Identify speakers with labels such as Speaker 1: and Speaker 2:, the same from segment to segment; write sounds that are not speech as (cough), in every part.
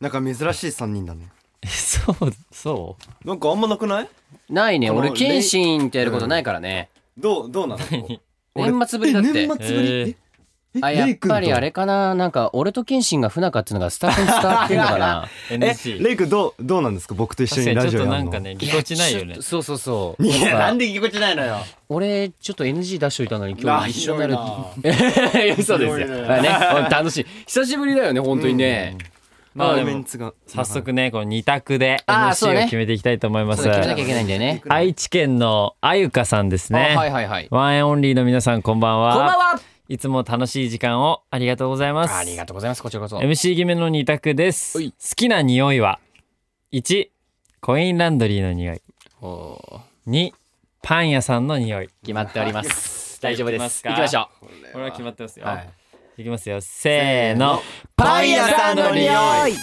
Speaker 1: なんか珍しい3人だね
Speaker 2: そうそう
Speaker 1: なんかあんまなくない
Speaker 3: ないね
Speaker 1: この
Speaker 3: 俺謙信ってやることないからね、
Speaker 1: どうどうなのこ俺
Speaker 3: 年末ぶりだっ
Speaker 4: え
Speaker 3: て
Speaker 4: 年末ぶり
Speaker 2: えー
Speaker 4: ええ
Speaker 3: あや
Speaker 4: レ
Speaker 3: っ
Speaker 4: イ君と
Speaker 3: ぱりあれかななんか俺と謙信が不仲っていうのがスタッフに伝わってるのかな
Speaker 1: うえ
Speaker 2: NG
Speaker 1: レイ君どうどうなんですか僕と一緒
Speaker 2: 確か
Speaker 1: に
Speaker 2: に
Speaker 1: ラ
Speaker 2: ち
Speaker 1: ジ
Speaker 2: ょ
Speaker 1: オ
Speaker 2: っと
Speaker 1: や
Speaker 2: な
Speaker 1: る
Speaker 2: ん
Speaker 1: の
Speaker 2: かねぎこちないよね
Speaker 3: ちょっとそうそうそう
Speaker 1: いやなん
Speaker 3: で
Speaker 1: でぎこちないのよ
Speaker 3: 俺ちょっと NG 出しといたのに今
Speaker 1: な
Speaker 3: 日
Speaker 1: あ
Speaker 3: 一緒になる
Speaker 1: ひ
Speaker 3: (laughs) いやそうです
Speaker 1: ひど
Speaker 3: よ
Speaker 1: いね
Speaker 3: まあね楽しい久しぶりだよね本当にね、
Speaker 2: まあで
Speaker 1: メン
Speaker 2: も
Speaker 1: ツが
Speaker 2: 早速ねこの二択で
Speaker 3: あーそう
Speaker 2: MC
Speaker 3: ね
Speaker 2: を決めていきたいと思いま
Speaker 3: そ
Speaker 2: す
Speaker 3: うだ決めなきゃいけないんだよね
Speaker 2: 愛知県のあゆかさんですね
Speaker 3: あはいはいはい
Speaker 2: ワンエンオンリーの皆さんこんばんは
Speaker 3: こんばんはい
Speaker 2: つも楽しい時間をありがとうございます
Speaker 3: ありがとうございますこちらこそ
Speaker 2: MC 決めの二択です
Speaker 3: お
Speaker 2: 好
Speaker 3: い
Speaker 2: きな匂いは1コインランドリーの匂い
Speaker 3: おー
Speaker 2: 2パン屋さんの匂い
Speaker 3: 決まっております大丈夫です
Speaker 2: 行
Speaker 3: 行
Speaker 2: きま
Speaker 3: きま
Speaker 2: し
Speaker 3: し
Speaker 2: ょ
Speaker 3: ょ
Speaker 2: う
Speaker 3: う
Speaker 2: これは決まってますよ、
Speaker 1: はい
Speaker 2: いきますよせーの
Speaker 3: パン屋さんの匂い
Speaker 2: マジかよ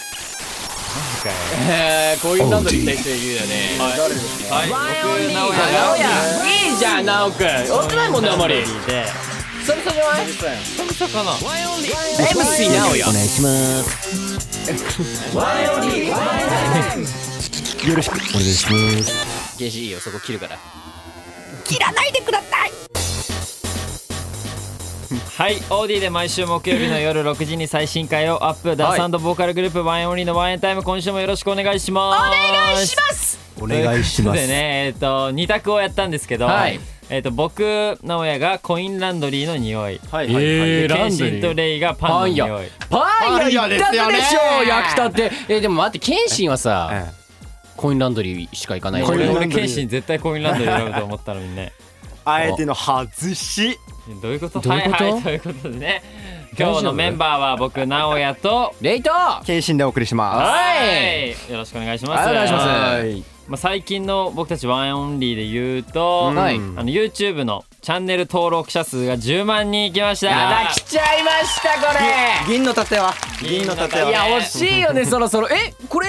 Speaker 3: えー、こういうランドリー行きたい人いるよね。はい。はい。僕、直哉。いいじゃん、直くん。追ってないもんね、あんまり。
Speaker 2: で
Speaker 3: 久々じゃない
Speaker 2: 久々かな
Speaker 3: ?MC 直哉。
Speaker 4: 願いしますよろしくお願いします
Speaker 3: ゲージいいよ、そこ切るから。
Speaker 2: はい、オーディで毎週木曜日の夜6時に最新回をアップ、ダンスボーカルグループワンエンオンリーのワンエンタイム今週もよろしくお願いします。お願いします。
Speaker 1: お願いします
Speaker 2: でね、えっ、と二択をやったんですけど、
Speaker 3: はい
Speaker 2: えっ、と僕の親がコインランドリーの匂い、
Speaker 1: はいはいはい
Speaker 2: で
Speaker 1: え
Speaker 2: ケンシンとレイがパンの匂い。
Speaker 3: パン屋
Speaker 1: パン屋
Speaker 3: 一
Speaker 1: ですよ
Speaker 3: 択
Speaker 1: ね
Speaker 3: でしょ焼きたて。えー、でも待って、謙信はさ、
Speaker 1: え
Speaker 3: コインランドリーしか行かないよ
Speaker 1: コイン
Speaker 2: 俺
Speaker 1: ランド
Speaker 2: 俺
Speaker 1: リー
Speaker 2: ケンシン絶対コインランドリー選ぶと思ったのにね。
Speaker 1: あえての外し
Speaker 2: どういうこと？
Speaker 3: どういうこと
Speaker 2: はいはいということでね、今日のメンバーは僕直哉と。
Speaker 3: レイトは
Speaker 1: 検診でお送りします
Speaker 2: はい、よろしくお願いします。
Speaker 3: はいお願いします
Speaker 1: い
Speaker 2: まあ、最近の僕たちワンエンオンリーで言うと、
Speaker 1: うん
Speaker 3: はい
Speaker 2: あの YouTube のチャンネル登録者数が10万人いきました
Speaker 3: やだ、来ちゃいました、これ。
Speaker 1: 銀の盾は
Speaker 2: 銀
Speaker 1: 銀の
Speaker 2: の盾
Speaker 1: 盾
Speaker 2: は
Speaker 1: はい
Speaker 3: や、惜しいよね、そろそろ。え、これ、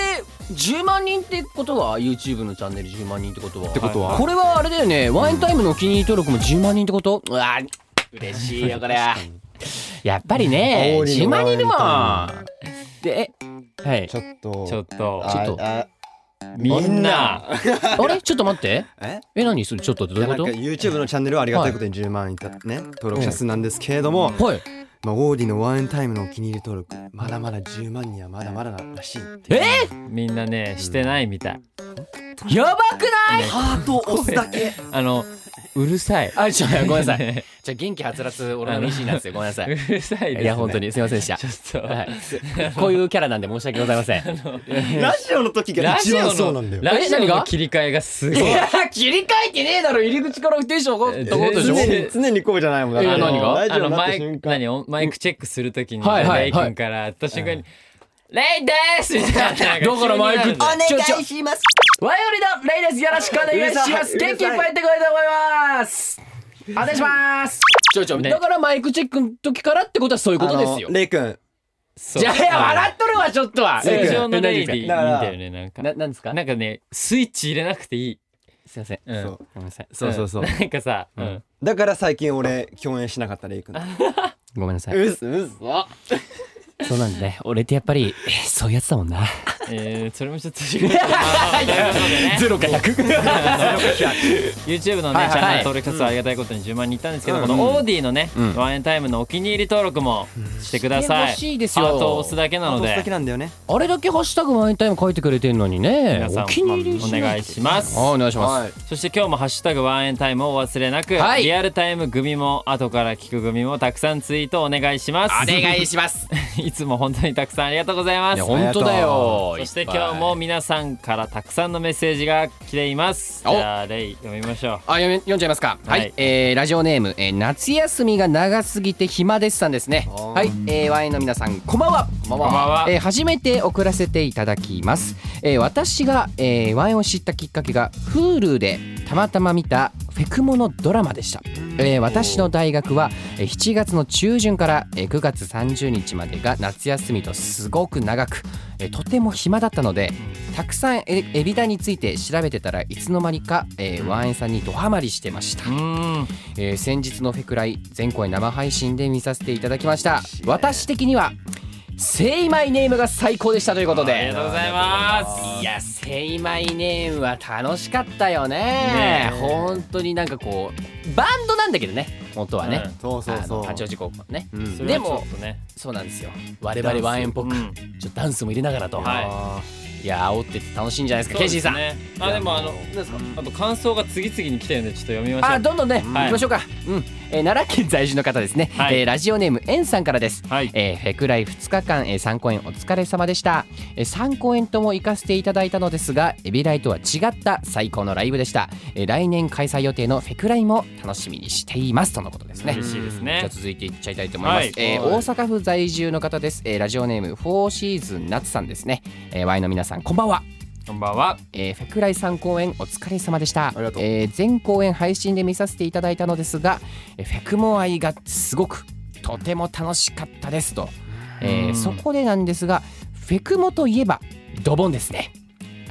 Speaker 3: 10万人ってことは ?YouTube のチャンネル10万人ってことは
Speaker 1: ってことは
Speaker 3: これはあれだよねワインタイムのお気に入り登録も10万人ってことうわ嬉しいよこれはやっぱりね
Speaker 1: 王林の
Speaker 3: 10万人いるも
Speaker 1: ワ
Speaker 3: んでえはい
Speaker 1: ちょっと
Speaker 2: ちょっと
Speaker 3: ちょっと
Speaker 1: あ
Speaker 2: みんな
Speaker 3: あれちょっと待って
Speaker 1: え
Speaker 3: え何それちょっとってどういう
Speaker 1: なんか
Speaker 3: こ
Speaker 1: YouTube のチャンネルはありがたいことに10万人たね登録者数なんですけれども、
Speaker 3: とはい
Speaker 1: まあ、オーディのワンエンタイムのお気に入り登録まだまだ10万人はまだまだらしい
Speaker 3: え
Speaker 2: みんなねしてないみたい
Speaker 3: ー、やばくない
Speaker 1: ハートを押すだけ
Speaker 2: あのうるさい
Speaker 3: あちょごめん
Speaker 1: (laughs)
Speaker 2: (laughs)
Speaker 3: なさいじゃあ元気はつらつ俺の西なんですよごめんなさ
Speaker 2: う
Speaker 3: い
Speaker 2: るさいです、ね、
Speaker 3: いや本当にすいませんでした
Speaker 2: ちょっ
Speaker 1: (laughs)
Speaker 2: と、
Speaker 3: はい、こういうキャラなんで申し訳ございません。
Speaker 1: ラジオの時が一番そうなんだよ
Speaker 2: ラジオ
Speaker 3: え何
Speaker 2: の
Speaker 3: が
Speaker 2: 切り替えがすご
Speaker 3: い
Speaker 2: い
Speaker 3: や切り替えてねえだろ入り口からテンション上がったことでし
Speaker 1: 常
Speaker 2: 全
Speaker 3: ょ
Speaker 2: 然
Speaker 1: に常にこうじゃないもんだ
Speaker 3: え
Speaker 1: から
Speaker 3: 何が
Speaker 1: ラ
Speaker 2: あ
Speaker 1: ジオ
Speaker 2: の
Speaker 1: になっ
Speaker 2: マ
Speaker 1: た
Speaker 2: イ
Speaker 1: 瞬
Speaker 2: ク
Speaker 1: 間
Speaker 2: 何おマイクチェックするときに、
Speaker 3: はいはい
Speaker 2: レイ君からやった瞬間に「レイです!」みたいな
Speaker 3: だからマイク
Speaker 2: 急になるんだよ
Speaker 3: ちょちょ
Speaker 1: します
Speaker 3: ワイオリのレイです。よろしくお願いします。
Speaker 1: うるさい
Speaker 3: 元気いっぱいやってこいと思います。お願いします。ちょちょ、
Speaker 2: ね
Speaker 3: だからマイクチェックの時からってことはそういうことです
Speaker 1: あ
Speaker 3: よ
Speaker 1: の。レイ君
Speaker 2: そう
Speaker 3: じゃあいや笑っとるわちょっとは。
Speaker 1: レイ
Speaker 2: 通
Speaker 1: 君
Speaker 2: 常のレイでいいん
Speaker 3: え
Speaker 2: だよねなんか
Speaker 3: ななんですか？
Speaker 2: なんかねスイッチ入れなくていい、
Speaker 3: すいません。
Speaker 2: うん
Speaker 1: そう
Speaker 3: ごめんなさい。
Speaker 1: そうそうそう
Speaker 2: なんかさ、うん
Speaker 1: だから最近俺共演しなかったレイ君
Speaker 3: ごめんなさい。
Speaker 1: うすうす
Speaker 3: そうなんだね。俺ってやっぱりえーそういうやつだもんな。
Speaker 2: えー、それもちょっと
Speaker 3: (laughs)
Speaker 2: 違うゼロか100 YouTube のね、
Speaker 3: はいはいはい
Speaker 2: チャンネル登録者数ありがたいことに10万人いったんですけど、このオーディのね、
Speaker 3: うん
Speaker 2: ワンエンタイムのお気に入り登録もしてください、
Speaker 3: 欲しいです
Speaker 2: ハートを
Speaker 3: よ
Speaker 2: 押。すだけな
Speaker 1: ハー
Speaker 2: の
Speaker 1: ト押すだ
Speaker 2: で
Speaker 1: けなんだよね
Speaker 3: あれだけハッシュタグワインタイム書いてくれてるのにね
Speaker 2: 皆。さん
Speaker 3: お気に入り
Speaker 2: お願いし
Speaker 3: す。
Speaker 2: ます
Speaker 3: あお願いします。
Speaker 1: い
Speaker 2: そして今日も「ハッシュタグワンエンタイム」をお忘れなく、
Speaker 3: はい
Speaker 2: リアルタイム組も後から聞く組もたくさんツイートお願いします
Speaker 3: お願いします。
Speaker 2: (laughs) いつも本当にたくさんありがとうございます
Speaker 3: いや本当だよ。
Speaker 2: そして今日も皆さんからたくさんのメッセージが来ています。じ
Speaker 3: お
Speaker 2: ゃあレイ読みましょ
Speaker 3: あ読み読んじゃいますか。
Speaker 2: は
Speaker 3: はいい、えーラジオネーム、えー夏休みが長すぎて暇ですさんですね。
Speaker 1: ー
Speaker 3: はい、えー、ワインの皆さんこんばんは。こん
Speaker 2: ばんは
Speaker 3: えー初めて送らせていただきます。えー私が、えーワインを知ったきっかけが Hulu でたまたま見たフェクモのドラマでした。えー私の大学はえー7月の中旬からえー9月30日までが夏休みとすごく長くえーとても暇だったのでたくさんえエビダについて調べてたらいつの間にか、えーワンエンさんにドハマりしてました
Speaker 2: う。う、ーん。
Speaker 3: えー先日のフェクライ全公演生配信で見させていただきました私的には「Say My Name」が最高でしたということで
Speaker 2: ありがとうございます
Speaker 3: いや「Say My Name」は楽しかったよね
Speaker 2: ねえ
Speaker 3: 本当になんかこうバンドなんだけどね元はね、
Speaker 2: うん
Speaker 1: そうそう
Speaker 3: あの
Speaker 1: そう
Speaker 3: 八王子高校のね、
Speaker 1: うん
Speaker 2: それはちょっとね
Speaker 3: そうなんですよ我々ワンエンっぽく、
Speaker 2: うん
Speaker 3: ちょっとダンスも入れながらと、
Speaker 2: はい
Speaker 3: い、や煽ってて楽しいんじゃないですかケイシーさん、
Speaker 2: そうですねあでもあのあと感想が次々に来たよねちょっと読みましょ
Speaker 3: あ
Speaker 2: う
Speaker 3: どんどんね、
Speaker 2: はい
Speaker 3: 行きましょうか、うんえー奈良県在住の方ですね、
Speaker 2: はい
Speaker 3: えーラジオネームえんさんからです、
Speaker 2: はい
Speaker 3: えーフェクライ2日間、え3公演お疲れ様でした、え3公演とも行かせていただいたのですがエビライとは違った最高のライブでした、えー来年開催予定のフェクライも楽しみにしていますとのことですね
Speaker 2: 嬉しいです
Speaker 3: じゃあ
Speaker 2: ね
Speaker 3: 続いていっちゃいたいと思いま
Speaker 2: は
Speaker 3: す、
Speaker 2: い
Speaker 3: えー大阪府在住の方です、えーラジオネーム4シーズン夏さんですね、えー、Y の皆さんこんばんは
Speaker 2: こんばんは
Speaker 3: えーフェクライさん公演お疲れ様でした
Speaker 1: りがとう
Speaker 3: えー全公演配信で見させていただいたのですが、えーフェクモ愛がすごくとても楽しかったですと、えーそこでなんですがフェクモといえばドボンですね、えー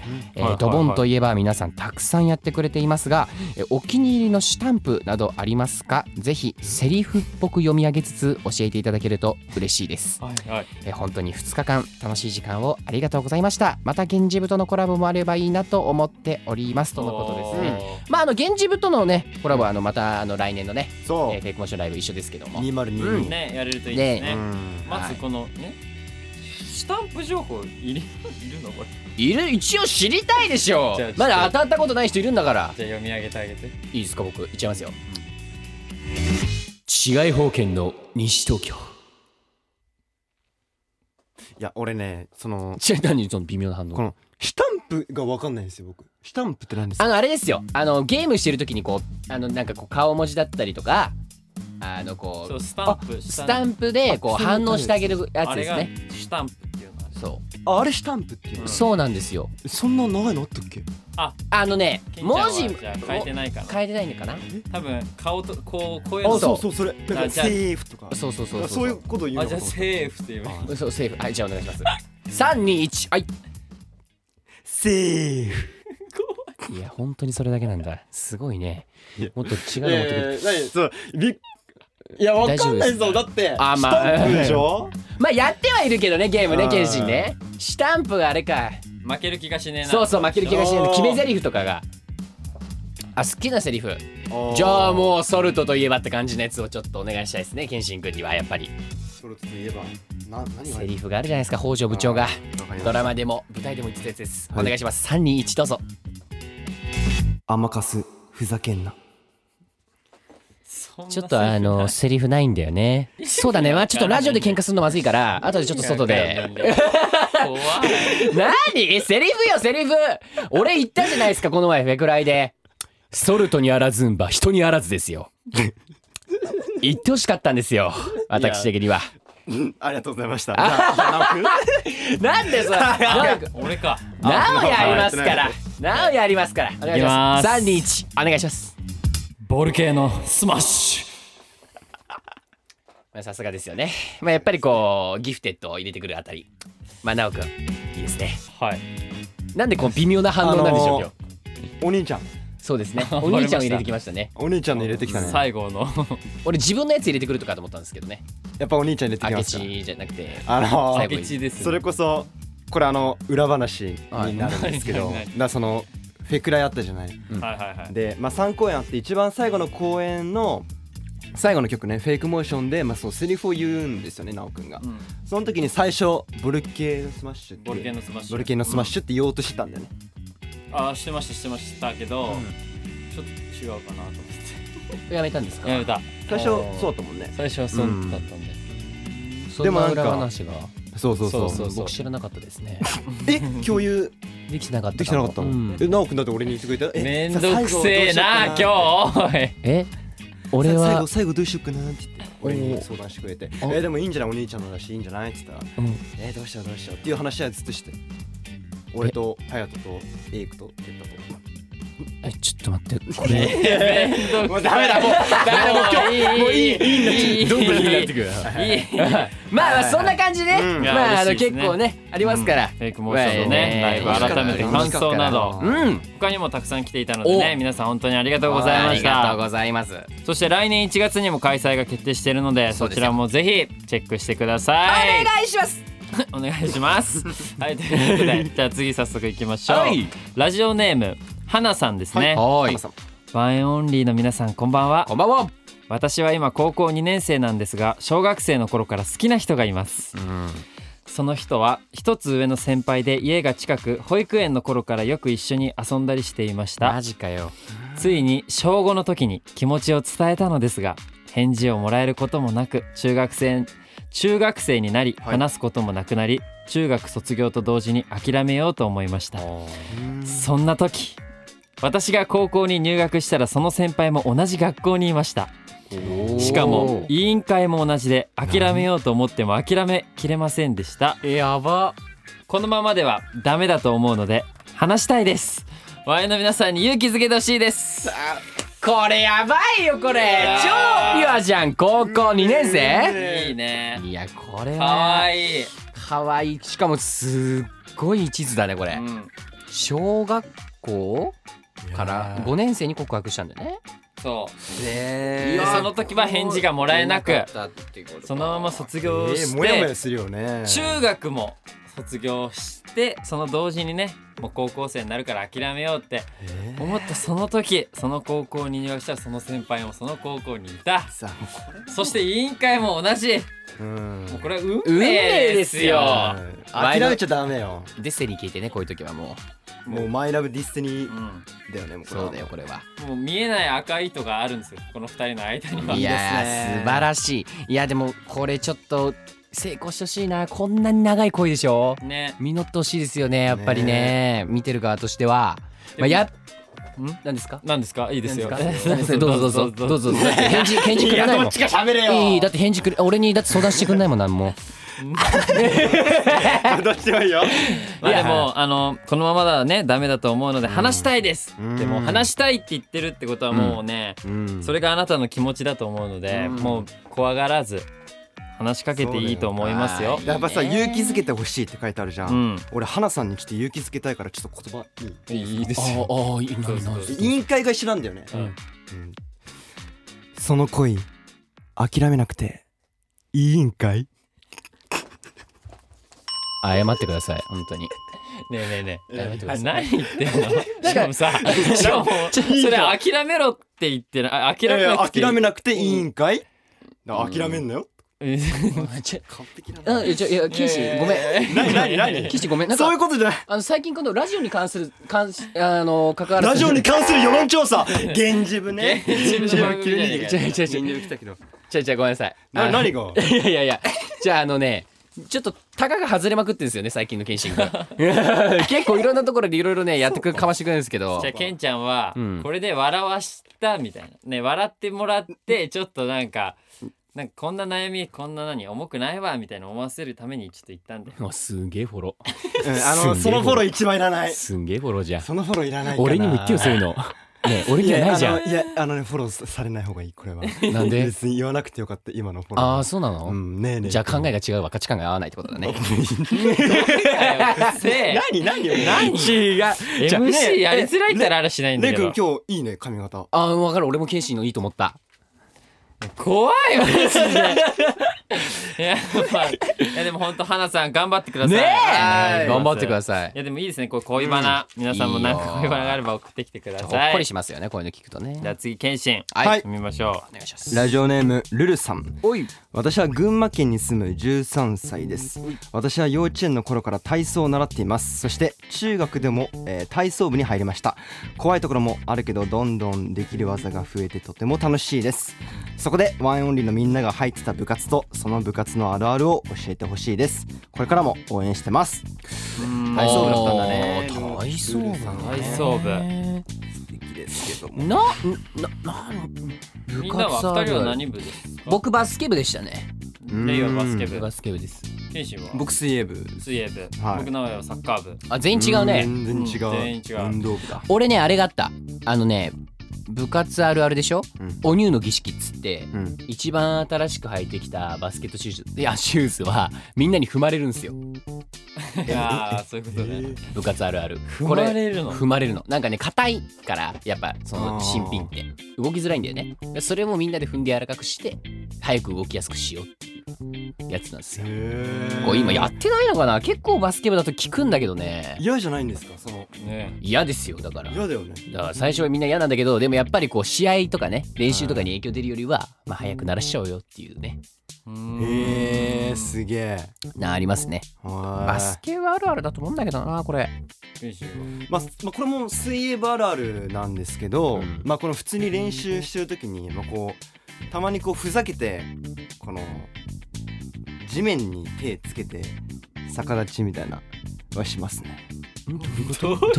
Speaker 2: はいはいはい
Speaker 3: ドボンといえば皆さんたくさんやってくれていますが、えーお気に入りのシュタンプなどありますかぜひセリフっぽく読み上げつつ教えていただけると嬉しいです
Speaker 2: はいはい
Speaker 3: えー本当に2日間楽しい時間をありがとうございましたまた源氏部とのコラボもあればいいなと思っておりますとのことですねまああの源氏部とのねコラボはあのまたあの来年のね、え
Speaker 1: そ
Speaker 3: ーフェイクモーションライブ一緒ですけども
Speaker 1: う2022、
Speaker 3: うん
Speaker 2: ねやれるといいです
Speaker 1: う
Speaker 2: ね
Speaker 1: ん
Speaker 2: ま
Speaker 3: は
Speaker 2: ず
Speaker 3: い
Speaker 2: このねスタンプ情報 (laughs) いるいるのこれ
Speaker 3: いる一応知りたいでしょ
Speaker 2: じゃあちょっと
Speaker 3: まだ当たったことない人いるんだから
Speaker 2: じゃあ読み上げてあげて
Speaker 3: いいですか僕いっちゃいますよ、治外法権の西東京
Speaker 1: いや俺ねその
Speaker 3: 違う何その微妙な反
Speaker 1: こ
Speaker 3: 応
Speaker 1: のスタンプが分かんないんですよ僕スタンプって何です
Speaker 3: あ
Speaker 1: か
Speaker 3: のあれですよあのゲームしてる時にこうあのなんかこう顔文字だったりとかあのこう
Speaker 2: そうスタンプ
Speaker 3: スタンプでこう
Speaker 1: あ
Speaker 3: 反応してあげるや
Speaker 2: あ
Speaker 3: つで
Speaker 2: れ
Speaker 3: す
Speaker 2: が
Speaker 3: ね。
Speaker 2: スタンプっていうのは
Speaker 3: そ
Speaker 1: ああれスタンプっていうの、
Speaker 3: う、そうなんですよ。
Speaker 1: そんな長いのあったっけ
Speaker 3: あのね、
Speaker 2: ケンちゃんは
Speaker 3: 文字
Speaker 2: じゃあ変えてないかな
Speaker 3: 変えてないのかな。
Speaker 2: 多分顔とこうこういう
Speaker 1: あそ
Speaker 2: の
Speaker 3: そう
Speaker 1: うそうそれだから
Speaker 2: あじ
Speaker 1: セ
Speaker 2: ゃあ
Speaker 1: ーフとか
Speaker 3: そうそうそうそう。
Speaker 1: そういうことを言う
Speaker 2: あ
Speaker 1: の
Speaker 2: じゃ
Speaker 1: かと思
Speaker 2: あ
Speaker 1: った
Speaker 2: セーフって言えばいい
Speaker 3: そうセーフ。はい、じゃあお願いします。三二一、はい。
Speaker 1: セーフ
Speaker 3: いや本当にそれだけなんだ。すごいね
Speaker 1: いや。
Speaker 3: もっと違うの持ってくる。
Speaker 1: えー、何そうびっいやわかんないぞ
Speaker 3: 大丈夫です
Speaker 1: だって
Speaker 3: あまあ
Speaker 1: スタンプでしょ
Speaker 3: まあやってはいるけどねゲーム
Speaker 1: う
Speaker 3: ね
Speaker 1: ん
Speaker 3: 剣心ね。スタンプがあれか。
Speaker 2: 負ける気がしねえな
Speaker 3: そうそう負ける気がしない
Speaker 1: おー
Speaker 3: 決め台詞とかが。あ好きなセリフ。
Speaker 1: あー
Speaker 3: じゃあもうソルトといえばって感じのやつをちょっとお願いしたいですね剣心君にはやっぱり。
Speaker 1: それといえばな何が
Speaker 3: セリフがあるじゃないですか北条部長がドラ
Speaker 1: マ
Speaker 3: マでも舞台でも言ってたやつです、
Speaker 1: はい
Speaker 3: お願いします321どうぞ
Speaker 1: 甘かすふざけんな
Speaker 2: そんな
Speaker 3: ちょっとあ (laughs) のセリフないんだよねそうだねまあちょっとラジオで喧嘩するのまずいから (laughs) 後でちょっと外で
Speaker 2: 怖い
Speaker 3: 何セリフよセリフ俺言ったじゃないですかこの前フェクライでソルトにあらずんば人にあらずです (laughs) よ言ってほしかったんですよ私的には
Speaker 1: ありがとうございましたじゃあじゃあ直く
Speaker 3: なんで (laughs) さなんか
Speaker 2: 俺か
Speaker 3: なおやりますか
Speaker 1: は
Speaker 3: ら
Speaker 1: い
Speaker 3: なおやりますからお願いします321お願いします
Speaker 2: ボール系のスマッシュ
Speaker 3: まあ、さすがですよね。 (laughs) まあ、やっぱりこう、ギフテッドを入れてくるあたり。まあ、なおくん、いいですね。
Speaker 2: はい
Speaker 3: なんでこう、微妙な反応なんでしょう、
Speaker 1: あのー
Speaker 3: 今日。
Speaker 1: お兄ちゃん
Speaker 3: そ
Speaker 1: (laughs)
Speaker 3: うですね。
Speaker 2: わか
Speaker 3: お
Speaker 2: りました
Speaker 3: 兄ちゃんを入れてきましたね。
Speaker 1: お兄ちゃんの入れてきたね
Speaker 2: 最後の
Speaker 3: 俺、自分のやつ入れてくるとかと思ったんですけどね。
Speaker 1: やっぱお兄ちゃん入れてき
Speaker 3: 明
Speaker 1: ました
Speaker 3: 智じゃなくて。
Speaker 1: あの
Speaker 3: 最
Speaker 1: ー
Speaker 3: 後
Speaker 2: 明智ですね
Speaker 1: それこそこれあの裏話になるんですけど、
Speaker 2: はい
Speaker 1: だからそのフェクライあったじゃない
Speaker 2: はいはいはい
Speaker 1: で、まあ、3公演あって一番最後の公演の最後の曲ねフェイクモーションで、まあ、そうセリフを言うんですよね奈くんが
Speaker 2: うん
Speaker 1: その時に最初ボルケーのスマッシュって
Speaker 2: ボール系のスマッシュ
Speaker 1: ボルケーのスマッシュって言おうとしてたんだよね
Speaker 2: あしてましたしてましたけどちょっと違うかなと思っ
Speaker 3: やめたんですか
Speaker 2: てやめた
Speaker 1: 最初
Speaker 2: おー
Speaker 1: そうだったもんね
Speaker 2: 最初はそうだったんで
Speaker 3: そ
Speaker 1: で
Speaker 3: ん
Speaker 1: も
Speaker 3: な
Speaker 1: なんか
Speaker 3: 裏話が。
Speaker 1: そうそうそう
Speaker 2: そうそう
Speaker 3: 僕知らなかったです
Speaker 1: (laughs)
Speaker 3: ね。
Speaker 1: え共有
Speaker 3: できてなかったも。
Speaker 1: できてなかったの、
Speaker 3: うん
Speaker 1: え奈くんだって俺に言ってくれた
Speaker 2: めんどくせえな今日おい
Speaker 3: え
Speaker 1: 俺
Speaker 3: 俺
Speaker 1: は最
Speaker 3: は
Speaker 1: 後、最後どうしようかなって言って俺
Speaker 3: お
Speaker 1: に
Speaker 3: ー
Speaker 1: 相談してくれて「え
Speaker 3: あ
Speaker 1: ーでもいいんじゃないお兄ちゃんの話いいんじゃない?」って言ったら
Speaker 3: うん
Speaker 1: 「えーどうしようどうしよう」っていう話はずっとして俺と隼人とエイクと哲太と。
Speaker 3: えちょっと待って、これ。
Speaker 1: もうダメだもうダメだもう今日もういい (laughs) いいんだ
Speaker 2: いい
Speaker 1: どんどんいいんだってくる
Speaker 2: いい
Speaker 3: (laughs) まあまあ、そんな感じね。
Speaker 1: うん
Speaker 3: まあ、あ
Speaker 2: いや
Speaker 3: の、
Speaker 2: 嬉しいです
Speaker 3: 結
Speaker 2: ね
Speaker 3: 構ね、ありますから。
Speaker 2: フェイクモーションのね、
Speaker 3: まあ
Speaker 2: ライ
Speaker 3: ね
Speaker 2: ブ改めて感想など
Speaker 1: うん
Speaker 3: うん。
Speaker 2: 他にもたくさん来ていたのでね
Speaker 3: お
Speaker 2: 皆さん本当にありがとうございまし
Speaker 3: ありがとう
Speaker 2: た
Speaker 3: ございます。
Speaker 2: そして来年1月にも開催が決定しているので
Speaker 3: そう
Speaker 2: そ
Speaker 3: です
Speaker 2: ち
Speaker 3: よ
Speaker 2: らもぜひチェックしてください
Speaker 3: お願いします
Speaker 2: (laughs) お願いします。
Speaker 3: (laughs)
Speaker 2: はい、ということで、じゃあ次早速いきましょう。
Speaker 1: はい
Speaker 2: ラジオネーム、はなさんですね。
Speaker 3: は
Speaker 1: ハ
Speaker 3: い
Speaker 1: マ。さん
Speaker 2: ワンエンオンリーの皆さん、こんばんは。
Speaker 3: こんばんは。
Speaker 2: 私は今高校2年生なんですが小学生の頃から好きな人がいます、その人は一つ上の先輩で家が近く保育園の頃からよく一緒に遊んだりしていました
Speaker 3: ジかよ。
Speaker 2: ついに小5の時に気持ちを伝えたのですが返事をもらえることもなく中学生中学生になり
Speaker 1: はい
Speaker 2: 話すこともなくなり、中学卒業と同時に諦めようと思いましたそんな時私が高校に入学したらその先輩も同じ学校にいましたしかも委員会も同じで諦めようと思っても諦めきれませんでした
Speaker 3: やば。
Speaker 2: このままではダメだと思うので話したいですワイの皆さんに勇気づけてほしいです
Speaker 3: これやばいよこれ。超ピュアじゃん。高校2年生。
Speaker 2: いいね
Speaker 3: いやこれ
Speaker 2: かわ
Speaker 3: は。
Speaker 2: いい、
Speaker 3: 可愛いい。しかもすっごい地図だねこれ
Speaker 2: う。ん、
Speaker 3: 小学校から5年生に告白したんだよね。
Speaker 2: そう
Speaker 1: え
Speaker 2: いやその時は返事がもらえなくそのまま卒業
Speaker 1: え
Speaker 2: して、
Speaker 1: もやもやするよね
Speaker 2: 中学も卒業してその同時にねもう高校生になるから諦めようって
Speaker 1: えー
Speaker 2: 思ったその時その高校に入学したらその先輩もその高校にいた
Speaker 1: さあも
Speaker 2: そして委員会も同じ
Speaker 1: ううん
Speaker 2: もうこれは運
Speaker 3: 運
Speaker 2: 命
Speaker 3: 命
Speaker 2: で
Speaker 3: ですす
Speaker 2: よ
Speaker 3: よ
Speaker 1: うん諦めちゃダメよ
Speaker 3: デスティニー聞いてねこういう時はも
Speaker 1: もうマイラブディスティニ
Speaker 2: う
Speaker 1: ー
Speaker 2: ん
Speaker 1: だよねもう
Speaker 3: う
Speaker 1: これ
Speaker 3: そうだよこれは
Speaker 2: もう見えない赤い糸があるんですよこの二人の
Speaker 3: (laughs)
Speaker 2: 間にはい
Speaker 3: や
Speaker 1: いいですね
Speaker 3: ー素晴らしいいやでもこれちょっと成功してほしいなこんなに長い恋でしょ
Speaker 2: ね
Speaker 3: 実ってほしいですよねやっぱりね見てる側としては、まあ、やん何ですか
Speaker 2: 何ですかいいですよ
Speaker 3: (laughs) 何
Speaker 2: (laughs)
Speaker 3: ですかどうぞどうぞどうぞ (laughs) どうぞ返事返事く
Speaker 1: い
Speaker 3: れ
Speaker 1: や
Speaker 3: ない
Speaker 1: ど
Speaker 3: も
Speaker 1: っちか喋れよ
Speaker 3: んいいだって返事くれ俺にだって相談してくれないもんなんも
Speaker 1: どっちもいいよ
Speaker 2: まあ
Speaker 3: い
Speaker 2: で
Speaker 3: や
Speaker 2: もあのこのままだねダメだと思うので話したいです
Speaker 1: うん
Speaker 2: でも話したいって言ってるってことはもうね
Speaker 1: うん
Speaker 2: それがあなたの気持ちだと思うので
Speaker 1: うん
Speaker 2: もう怖がらず話しかけていいと思いますよ
Speaker 1: やっぱさ勇気づけてほしいって書いてあるじゃ
Speaker 2: うんん
Speaker 1: 俺花さんに来て勇気づけたいからちょっと言葉いい
Speaker 2: いいで
Speaker 3: ああいいな
Speaker 1: 委員会が一緒なんだよね、
Speaker 2: うん
Speaker 1: うんその恋諦めなくていいんかい
Speaker 3: 謝ってください本当に
Speaker 2: ねえねえねえ
Speaker 3: やめてください
Speaker 2: 何言ってんのしかもさしかもそれ諦めろって言ってなあ諦めなくていい
Speaker 1: 諦
Speaker 2: (laughs)
Speaker 1: めなくていいんかい、だ諦めんなよ、完璧な
Speaker 3: うんちょいやキンシごめん
Speaker 1: 何何
Speaker 3: (laughs)
Speaker 1: 何
Speaker 3: キンシごめんなんか
Speaker 1: そういうことじゃない
Speaker 3: あの最近今度ラジオに関する関しあの関わる
Speaker 1: ラジオに関する世論調
Speaker 3: (laughs)
Speaker 1: 査現実部ね
Speaker 2: 現実部の番組じゃねえか
Speaker 3: 違う違う違う
Speaker 1: 現実部来たけど
Speaker 3: ちゃちゃごめんな (laughs) さい
Speaker 1: な
Speaker 3: (laughs) あ
Speaker 1: 何が
Speaker 3: いやいやいやじゃああのねちょっとタガが外れまくってるんですよね最近の検診が結構いろんなところでいろいろねやってくかましてくれるんですけど
Speaker 2: じゃあケンちゃんは
Speaker 3: うん
Speaker 2: これで笑わしたみたいなね笑ってもらってちょっとなんかなんかこんな悩みこんな何重くないわみたいな思わせるためにちょっと言ったんだ
Speaker 3: (laughs)
Speaker 2: よ
Speaker 3: あすんげえフォロー
Speaker 1: うんあのそのフォロー一番いらない
Speaker 3: すんげえフォローじゃん
Speaker 1: そのフォローいらないかな
Speaker 3: 俺にも言ってよそういうのねえ俺
Speaker 1: い
Speaker 3: には
Speaker 1: や
Speaker 3: ないじゃ
Speaker 1: あ
Speaker 3: ん
Speaker 1: のいやあのねフォローされない方がいいこれは (laughs)
Speaker 3: なんで
Speaker 1: 別に言わなくてよかった今のフォロー
Speaker 3: あ
Speaker 1: は
Speaker 3: あそうなの、
Speaker 1: うんねえねえ
Speaker 3: じゃあ考えが違うわ価値観が合わないってことだね
Speaker 2: せ
Speaker 1: 何何よ
Speaker 2: 何
Speaker 3: 違う
Speaker 2: え
Speaker 3: じゃあ
Speaker 2: MC やりづらいったらあらしないんだ
Speaker 1: レイ
Speaker 2: け
Speaker 1: 君
Speaker 2: ど
Speaker 1: 今日いいね髪型
Speaker 3: ああ分かる俺も検診のいいと思った
Speaker 2: 怖いマジ
Speaker 3: (laughs)
Speaker 2: でいや,、まあ、いやでも本当花さん頑張ってください
Speaker 3: ねえ
Speaker 2: はい
Speaker 3: 頑張ってくだ
Speaker 2: い
Speaker 3: さい
Speaker 2: いやでもいいですねこう恋バナ、皆さんもなんか恋バナがあれば送ってきてくだ
Speaker 3: ほっ
Speaker 2: さい
Speaker 3: こりしますよねこういうの聞くとね
Speaker 2: じゃあ次謙信
Speaker 3: はい
Speaker 1: はい
Speaker 2: 見ましょ
Speaker 3: お願いします
Speaker 1: ラジオネームルルさん
Speaker 3: おい
Speaker 1: 私は群馬県に住む13歳です私は幼稚園の頃から体操を習っていますそして中学でも、えー体操部に入りました怖いところもあるけどどんどんできる技が増えてとても楽しいですそこでワンオンリーのみんなが入ってた部活とその部活のあるあるを教えてほしいですこれからも応援してます
Speaker 2: ううん
Speaker 1: 体操部だったんだね
Speaker 3: あー体操部なんだね
Speaker 2: 体操部
Speaker 1: 素敵ですけど
Speaker 3: な、な、な、部
Speaker 2: みんなは
Speaker 3: あ
Speaker 2: 二
Speaker 3: る
Speaker 2: 人は何部ですか
Speaker 3: 僕バスケ部でしたね。
Speaker 2: レイはバスケ部
Speaker 3: バスケ部です。
Speaker 2: 謙信は
Speaker 1: 僕水泳部
Speaker 2: 水泳部、
Speaker 1: はい
Speaker 2: 僕名前はサッカー部
Speaker 3: あ、全員違うね。
Speaker 1: 全然違う,、
Speaker 2: うん全然違う
Speaker 1: 運動部だ
Speaker 3: 俺ね、あれがあった。あのね、部活あるあるでしょ
Speaker 1: うん
Speaker 3: お乳の儀式っつって、
Speaker 1: うん
Speaker 3: 一番新しく履いてきたバスケットシューズ、いや、シューズはみんなに踏まれるんですよ。
Speaker 2: いやーそういうことね、
Speaker 3: 部活あるある。
Speaker 2: 踏まれるの
Speaker 3: これ踏まれるの。なんかね、硬いから、やっぱその新品って動きづらいんだよね。それもみんなで踏んで柔らかくして、早く動きやすくしようっていうやつなんですよ。
Speaker 1: へ
Speaker 3: こう今やってないのかな結構バスケ部だと聞くんだけどね。
Speaker 1: 嫌じゃないんですかその
Speaker 2: ね
Speaker 3: 嫌ですよだから。
Speaker 1: 嫌だよね
Speaker 3: だから最初はみんな嫌なんだけどでもやっぱりこう試合とかね練習とかに影響出るよりは、まあ、早く鳴らしちゃおうよっていうね
Speaker 2: うーん
Speaker 1: へえすげえ
Speaker 3: なありますね
Speaker 1: バ
Speaker 3: バスケはあるあるだと思うんだけどな
Speaker 2: (laughs)
Speaker 3: これ
Speaker 1: まあまあ、これも水泳部あるあるなんですけど、
Speaker 3: うん
Speaker 1: まあ、この普通に練習してる時に、まあ、こうたまにこうふざけてこの地面に手つけて逆立ちみたいなはしますね。
Speaker 3: どう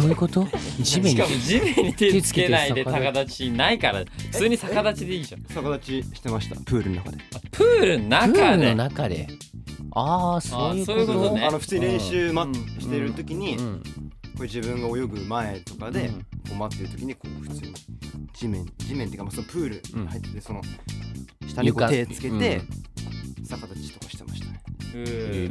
Speaker 3: いうこと地
Speaker 2: し
Speaker 3: 面に
Speaker 2: かも地面に手つけないで逆立ちないから普通に逆立ちでいいじゃん
Speaker 1: 逆立ちしてましたプールの中で。
Speaker 2: あプールの
Speaker 3: プー
Speaker 2: 中
Speaker 3: ルの
Speaker 2: で
Speaker 3: 中でああそういうこと
Speaker 2: あーそういうことね
Speaker 1: あの普通に練習
Speaker 2: う
Speaker 1: ま
Speaker 2: ん
Speaker 1: してる時に、
Speaker 3: う
Speaker 1: こ
Speaker 3: ん
Speaker 1: う自分が泳ぐ前とかで、
Speaker 3: うん
Speaker 1: こう待ってる時にこう普通に地面地面っていうかまあそのプールに入っててその下にこう
Speaker 3: 床
Speaker 1: 手つけて
Speaker 3: うん
Speaker 1: 逆立ちとかしてましたね。
Speaker 2: う
Speaker 3: え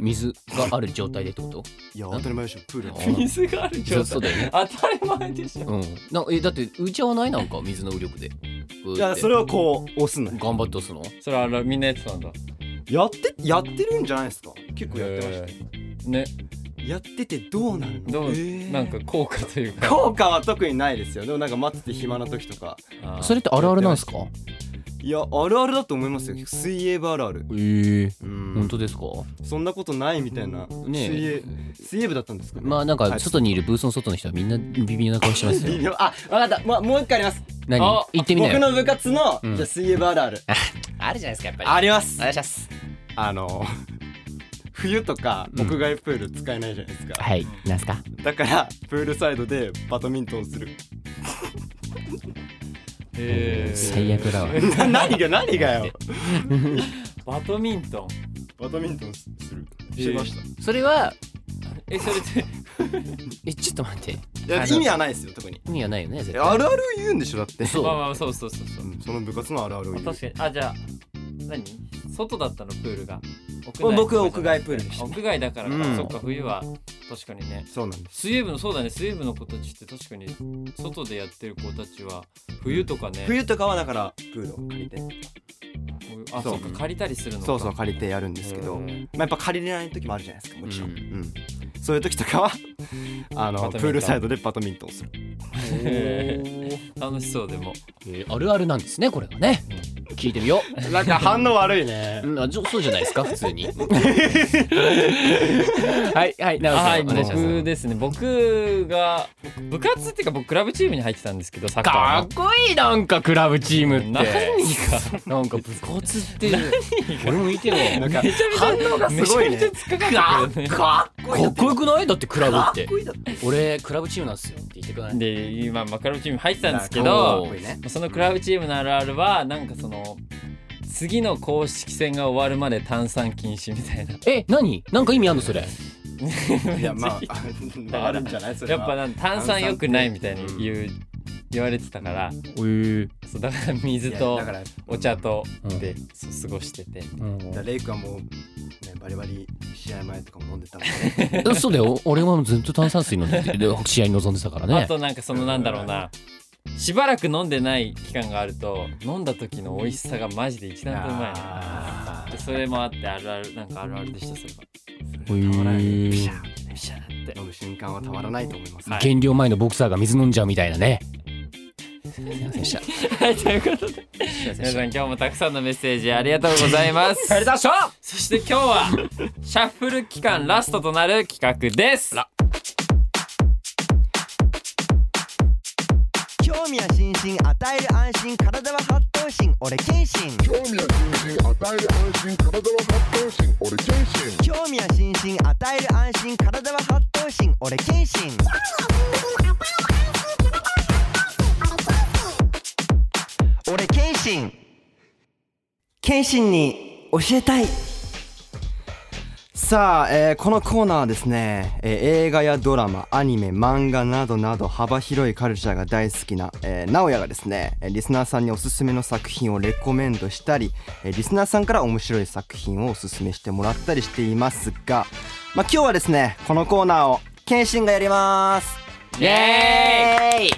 Speaker 2: ー
Speaker 3: ー水がある状態でってこと
Speaker 1: いや当たり前でしょプールは。
Speaker 2: 水がある
Speaker 3: そ
Speaker 2: 状
Speaker 3: うそう
Speaker 2: 態
Speaker 3: だよね
Speaker 2: 当たり前でしょ
Speaker 3: うんなえだってうちはないなんか水の浮力で
Speaker 1: (laughs) い
Speaker 3: い
Speaker 1: やそれはこう押すのよ
Speaker 3: 頑張って押すの
Speaker 2: それあらみんなやってたんだ
Speaker 1: やってやってるんじゃないですか結構やってました、
Speaker 2: たね
Speaker 1: やっててどうなるの
Speaker 2: どう
Speaker 1: えー
Speaker 2: なんか効果というか
Speaker 1: 効果は特にないですよでもなんか待ってて暇な時とか
Speaker 2: あー
Speaker 3: それってあるあるなんですか
Speaker 1: いやあるあるだと思いますよ結構水泳部あるある
Speaker 3: ええ
Speaker 1: うん
Speaker 3: 本当ですか
Speaker 1: そんなことないみたいな、
Speaker 3: ねえ
Speaker 1: 水泳水泳部だったんですかね
Speaker 3: まあなんか
Speaker 1: はい
Speaker 3: 外にいるブースの外の人はみんなビビな顔してます
Speaker 1: 微
Speaker 3: よ
Speaker 1: 妙あわかった、ま、もう一回あります
Speaker 3: 何
Speaker 2: あ
Speaker 3: 行ってみな
Speaker 1: 僕
Speaker 3: よ
Speaker 1: の部活の、
Speaker 3: うん
Speaker 1: じゃあ水泳部あるある
Speaker 3: あるじゃないですかやっぱ
Speaker 1: あります
Speaker 3: 願いします
Speaker 1: あの (laughs) 冬とか
Speaker 3: うん
Speaker 1: 屋外プール使えないじゃないですか、
Speaker 3: はいなんすか
Speaker 1: だからプールサイドでバドミントンする
Speaker 2: えー
Speaker 3: 最悪だわ
Speaker 1: な (laughs) 何が何がよ
Speaker 2: バドミントン
Speaker 1: バドミントンする
Speaker 2: えー
Speaker 1: してました、
Speaker 3: それは
Speaker 2: えそれって
Speaker 3: えちょっと待って
Speaker 1: いや
Speaker 3: あの
Speaker 1: 意味はないですよ特に
Speaker 3: 意味はないよね絶対
Speaker 1: あるある言うんでしょだって
Speaker 3: そう
Speaker 2: まあまあそうそうそうそう
Speaker 1: うんその部活のあるあるを
Speaker 2: あ
Speaker 1: 言う
Speaker 2: 確かにあじゃあ何外だったのプールが
Speaker 1: まあ
Speaker 2: 内
Speaker 1: 僕は屋外プールで
Speaker 3: (laughs)
Speaker 1: したね
Speaker 2: 屋外だからか、
Speaker 1: うん
Speaker 2: そっか冬は確かにね
Speaker 1: そうなんです
Speaker 2: 水泳部のそうだね水泳部の子たちって確かに外でやってる子たちは冬とかね
Speaker 1: 冬とかはだからプールを借りて
Speaker 2: こういうあ
Speaker 1: そう
Speaker 2: そっか借りたりするのか
Speaker 1: そうそう借りてやるんですけど、まあ、やっぱ借りれない時もあるじゃないですかもちろん、
Speaker 3: うん
Speaker 1: うんそういう時とかはあ
Speaker 2: バドミ
Speaker 1: の
Speaker 2: ント
Speaker 1: プ
Speaker 2: ン
Speaker 1: ールサイドでバドミントンする
Speaker 2: へー楽しそうでも
Speaker 3: えーあるあるなんですねこれはね聞いてみよ
Speaker 1: なんか反応悪いね
Speaker 3: ううんあじゃそうじゃないですか普通 (laughs) にはいはいなるほど
Speaker 2: はい
Speaker 3: お願いします
Speaker 2: 僕ですね僕が部活っていうか僕クラブチームに入ってたんですけどサッ
Speaker 3: か
Speaker 2: カ
Speaker 3: っこいいなんかクラブチームっ
Speaker 2: ー
Speaker 3: て
Speaker 2: の何が
Speaker 3: なんか部活って俺もいてよなんか
Speaker 2: 反応が
Speaker 1: すごいね
Speaker 2: めちゃめちゃ突っかかってくるよね
Speaker 3: かっこいいよくないだってクラブっ
Speaker 1: かってこいいだって
Speaker 3: 俺クラブチームなんですよって言ってください
Speaker 2: で今、まあ、クラブチーム入ってたんですけ
Speaker 1: かっ
Speaker 2: ど
Speaker 1: こいいね
Speaker 2: そのクラブチームのあるあるはなんかその次の公式戦が終わるまで炭酸禁止みたいな
Speaker 3: え何なんか意味あんのそれ
Speaker 1: いやまあま
Speaker 2: (laughs)
Speaker 1: ああるんじゃないそれ
Speaker 2: や
Speaker 1: は
Speaker 2: っぱなん炭酸良くないみたいに言う、言われてたからそうだから水
Speaker 1: い
Speaker 2: と
Speaker 1: やだから
Speaker 2: お茶とで、そう過ごしてて
Speaker 1: だからレイクはもう、ね、バリバリ試合前とかも飲んでたもんね
Speaker 2: (laughs)
Speaker 3: そうだよ俺はずっと炭酸水飲んでてで試合に臨んでたから
Speaker 2: あ
Speaker 3: ね
Speaker 2: となんかそのなんだろうなしばらく飲んでない期間があると飲んだ時の美味しさがマジで一段とうまいの
Speaker 1: あ
Speaker 2: でそれもあってあるあるなんかあるあるでしたそれは
Speaker 1: ーそれたまらない
Speaker 3: へー
Speaker 1: ピシャー
Speaker 2: ピシャーって
Speaker 1: 飲む瞬間はたまらないと思います、
Speaker 2: はい
Speaker 3: 減量前のボクサーが水飲んじゃうみたいなね
Speaker 2: はい、ということで皆さん今日もたくさんのメッセージありがとうございます
Speaker 3: (laughs)
Speaker 2: そして今日はシャッフル期間ラストとなる企画です
Speaker 5: 興味は心身与える安心体は発動心俺謙信
Speaker 6: 興味や心身与える安心体は発動心俺謙信
Speaker 5: 興味は心身与える安心体は発動心俺謙信俺謙信謙信に教えたい
Speaker 1: さあ、えーこのコーナーはですね、えー映画やドラマアニメ漫画などなど幅広いカルチャーが大好きな、えー、直哉がですねえーリスナーさんにおすすめの作品をレコメンドしたり、えーリスナーさんから面白い作品をおすすめしてもらったりしていますが、まあ、今日はですねこのコーナーを謙信がやります
Speaker 2: イエ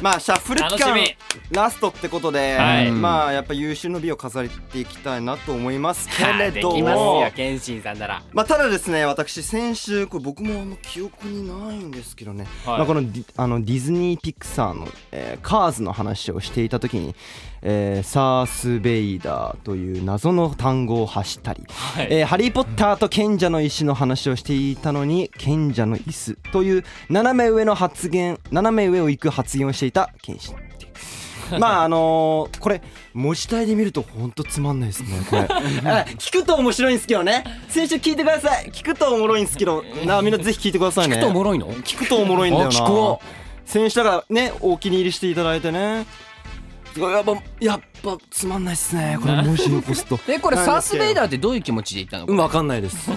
Speaker 1: まあシャッフル期間
Speaker 2: 楽し
Speaker 1: ラストってことで、
Speaker 2: はい
Speaker 1: まあやっぱ優秀の美を飾っていきたいなと思いますけれ
Speaker 7: で
Speaker 1: ど
Speaker 7: きます
Speaker 1: も
Speaker 7: よ、謙信さんなら。
Speaker 1: まあ、ただですね私先週これ僕もあの記憶にないんですけどね、まあ、このディあのディズニーピクサーの「えーカーズ」の話をしていた時に、えーサース・ベイダーという謎の単語を発したり、
Speaker 2: はい
Speaker 1: えーハリー・ポッターと賢者の石の話をしていたのに賢者の椅子という斜め上の発言斜め上を行く発言をしていた謙信っていう (laughs) まああのーこれ文字体で見るとほんとつまんないですねこれ (laughs) あ聞くと面白いんですけどね先週聞いてください聞くとおもろいんですけどなあみんなぜひ聞いてくださいね
Speaker 3: 聞くとおもろいの
Speaker 1: 聞くとおもろいんだよな
Speaker 3: あ聞こ
Speaker 1: 先週だからねお気に入りしていただいてねやっぱやっぱつまんないっすねこれ文字残すと
Speaker 3: えこれ
Speaker 1: なん
Speaker 3: サー
Speaker 1: です
Speaker 3: ス・
Speaker 1: けど
Speaker 3: ベイダーってどういう気持ちで言ったのこれ
Speaker 1: わかんないです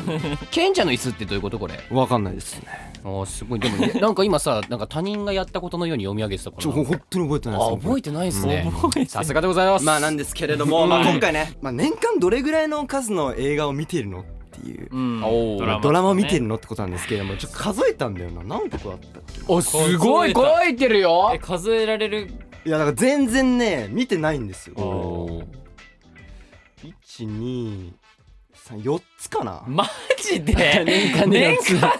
Speaker 3: 賢者の椅子ってどういうことこれ
Speaker 1: わかんないですね
Speaker 3: おーすごいでもねなんか今さなんか他人がやったことのように読み上げてたか
Speaker 1: ちょ
Speaker 3: ら
Speaker 1: ほ
Speaker 3: な
Speaker 1: 本当に覚えてない
Speaker 3: あ
Speaker 1: です
Speaker 3: 覚えてないですね
Speaker 2: 覚えて
Speaker 3: さすがでございます
Speaker 1: まあなんですけれども、まあ、今回ね、まあ、年間どれぐらいの数の映画を見ているのっていう、
Speaker 2: うん
Speaker 3: おー
Speaker 1: まあドラマを見てる
Speaker 2: る
Speaker 1: のってことなんですけれどもちょっと数えたんだよな何個あったっけ
Speaker 3: おすごい
Speaker 2: 数えた
Speaker 3: 書いてるよ
Speaker 2: え数えられる
Speaker 1: いやだから全然ね見てないんですよ
Speaker 2: おー
Speaker 1: 1234つかな
Speaker 2: マジ
Speaker 3: (laughs)
Speaker 2: で年
Speaker 3: 間でやつ
Speaker 2: 間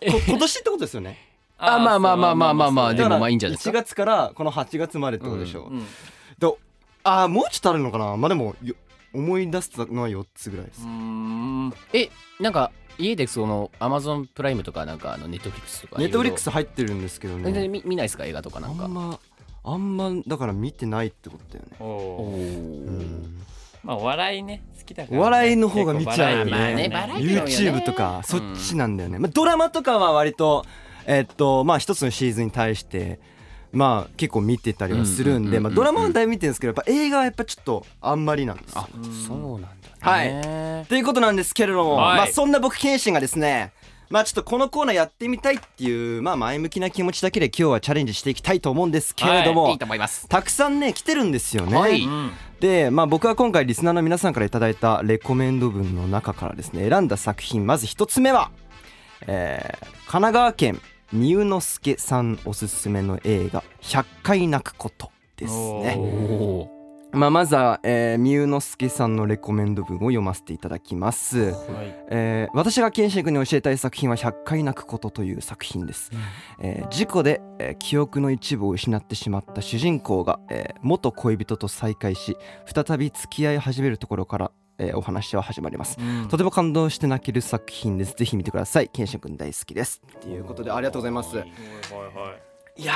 Speaker 1: えこ今年ってことですよね
Speaker 3: あまあまあまあまあまあ (laughs) まあ
Speaker 2: そう
Speaker 3: で
Speaker 2: ね
Speaker 3: もまあいいんじゃないですか
Speaker 1: 1月からこの8月までってことでしょ、う
Speaker 2: うん
Speaker 1: でああもうちょっとあるのかなまあでもよ思い出すのは4つぐらいです
Speaker 2: うーん
Speaker 3: えなんか家でそのアマゾンプライムとかなんかあのネットフリックスとか
Speaker 1: ネットフリックス入ってるんですけど
Speaker 3: 全然
Speaker 1: ね
Speaker 3: 見見ないですか映画とか
Speaker 1: あ
Speaker 3: なんか
Speaker 1: んまあんまだから見てないってことだよね
Speaker 2: お
Speaker 3: お
Speaker 2: お
Speaker 1: う
Speaker 3: ー
Speaker 1: ん
Speaker 2: まあお笑いね好きだからね
Speaker 1: お笑いの方が見ちゃうよ
Speaker 2: 結構
Speaker 1: ね
Speaker 2: バラエティ
Speaker 3: まあねバラエティの方よね
Speaker 1: YouTube とかそっちなんだよね、まあ、ドラマとかは割とえっとまあ一つのシーズンに対してまあ結構見てたりはするんで
Speaker 3: うんうんうんうん
Speaker 1: まあドラマはだいぶ見てるんですけどやっぱ映画はやっぱちょっとあんまりなんですよ
Speaker 3: あそうなんだね
Speaker 1: はいということなんですけれども、
Speaker 2: はい
Speaker 1: まあそんな僕謙信がですねまあちょっとこのコーナーやってみたいっていうまあ前向きな気持ちだけで今日はチャレンジしていきたいと思うんですけれども、
Speaker 3: いいと思います
Speaker 1: たくさんね来てるんですよね、
Speaker 3: はい
Speaker 2: うん
Speaker 1: で、まあ、僕は今回リスナーの皆さんからいただいたレコメンド文の中からですね選んだ作品まず一つ目は、えー神奈川県三之助さんおすすめの映画「100回泣くこと」ですね。
Speaker 3: おー
Speaker 1: まあ、まずは、えー三之助さんのレコメンド文を読ませていただきます。
Speaker 2: はい
Speaker 1: えー私が健信君に教えたい作品は「100回泣くこと」という作品です、えー事故で、えー記憶の一部を失ってしまった主人公が、えー元恋人と再会し再び付き合い始めるところから、えーお話は始まります
Speaker 2: うん
Speaker 1: とても感動して泣ける作品ですぜひ見てください健信君大好きですということでありがとうございますいや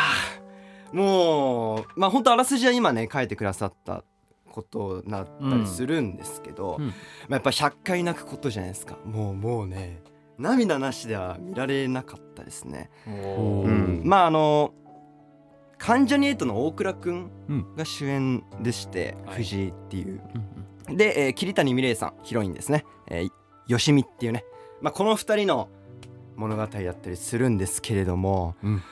Speaker 1: ーもうまあ本当あらすじは今ね書いてくださったことになったりするんですけど、
Speaker 3: うんうん
Speaker 1: まあ、やっぱ100回泣くことじゃないですかもうもうね涙なしでは見られなかったですね、
Speaker 2: お
Speaker 3: う
Speaker 2: ー
Speaker 3: ん
Speaker 1: まああの関ジャニ∞の大倉く
Speaker 3: うんん
Speaker 1: が主演でして、
Speaker 2: はい
Speaker 1: 藤井っていう
Speaker 3: うん
Speaker 1: で、えー桐谷美玲さんヒロインですね、えー、よしみっていうね、まあ、この二人の物語だったりするんですけれども、
Speaker 3: うん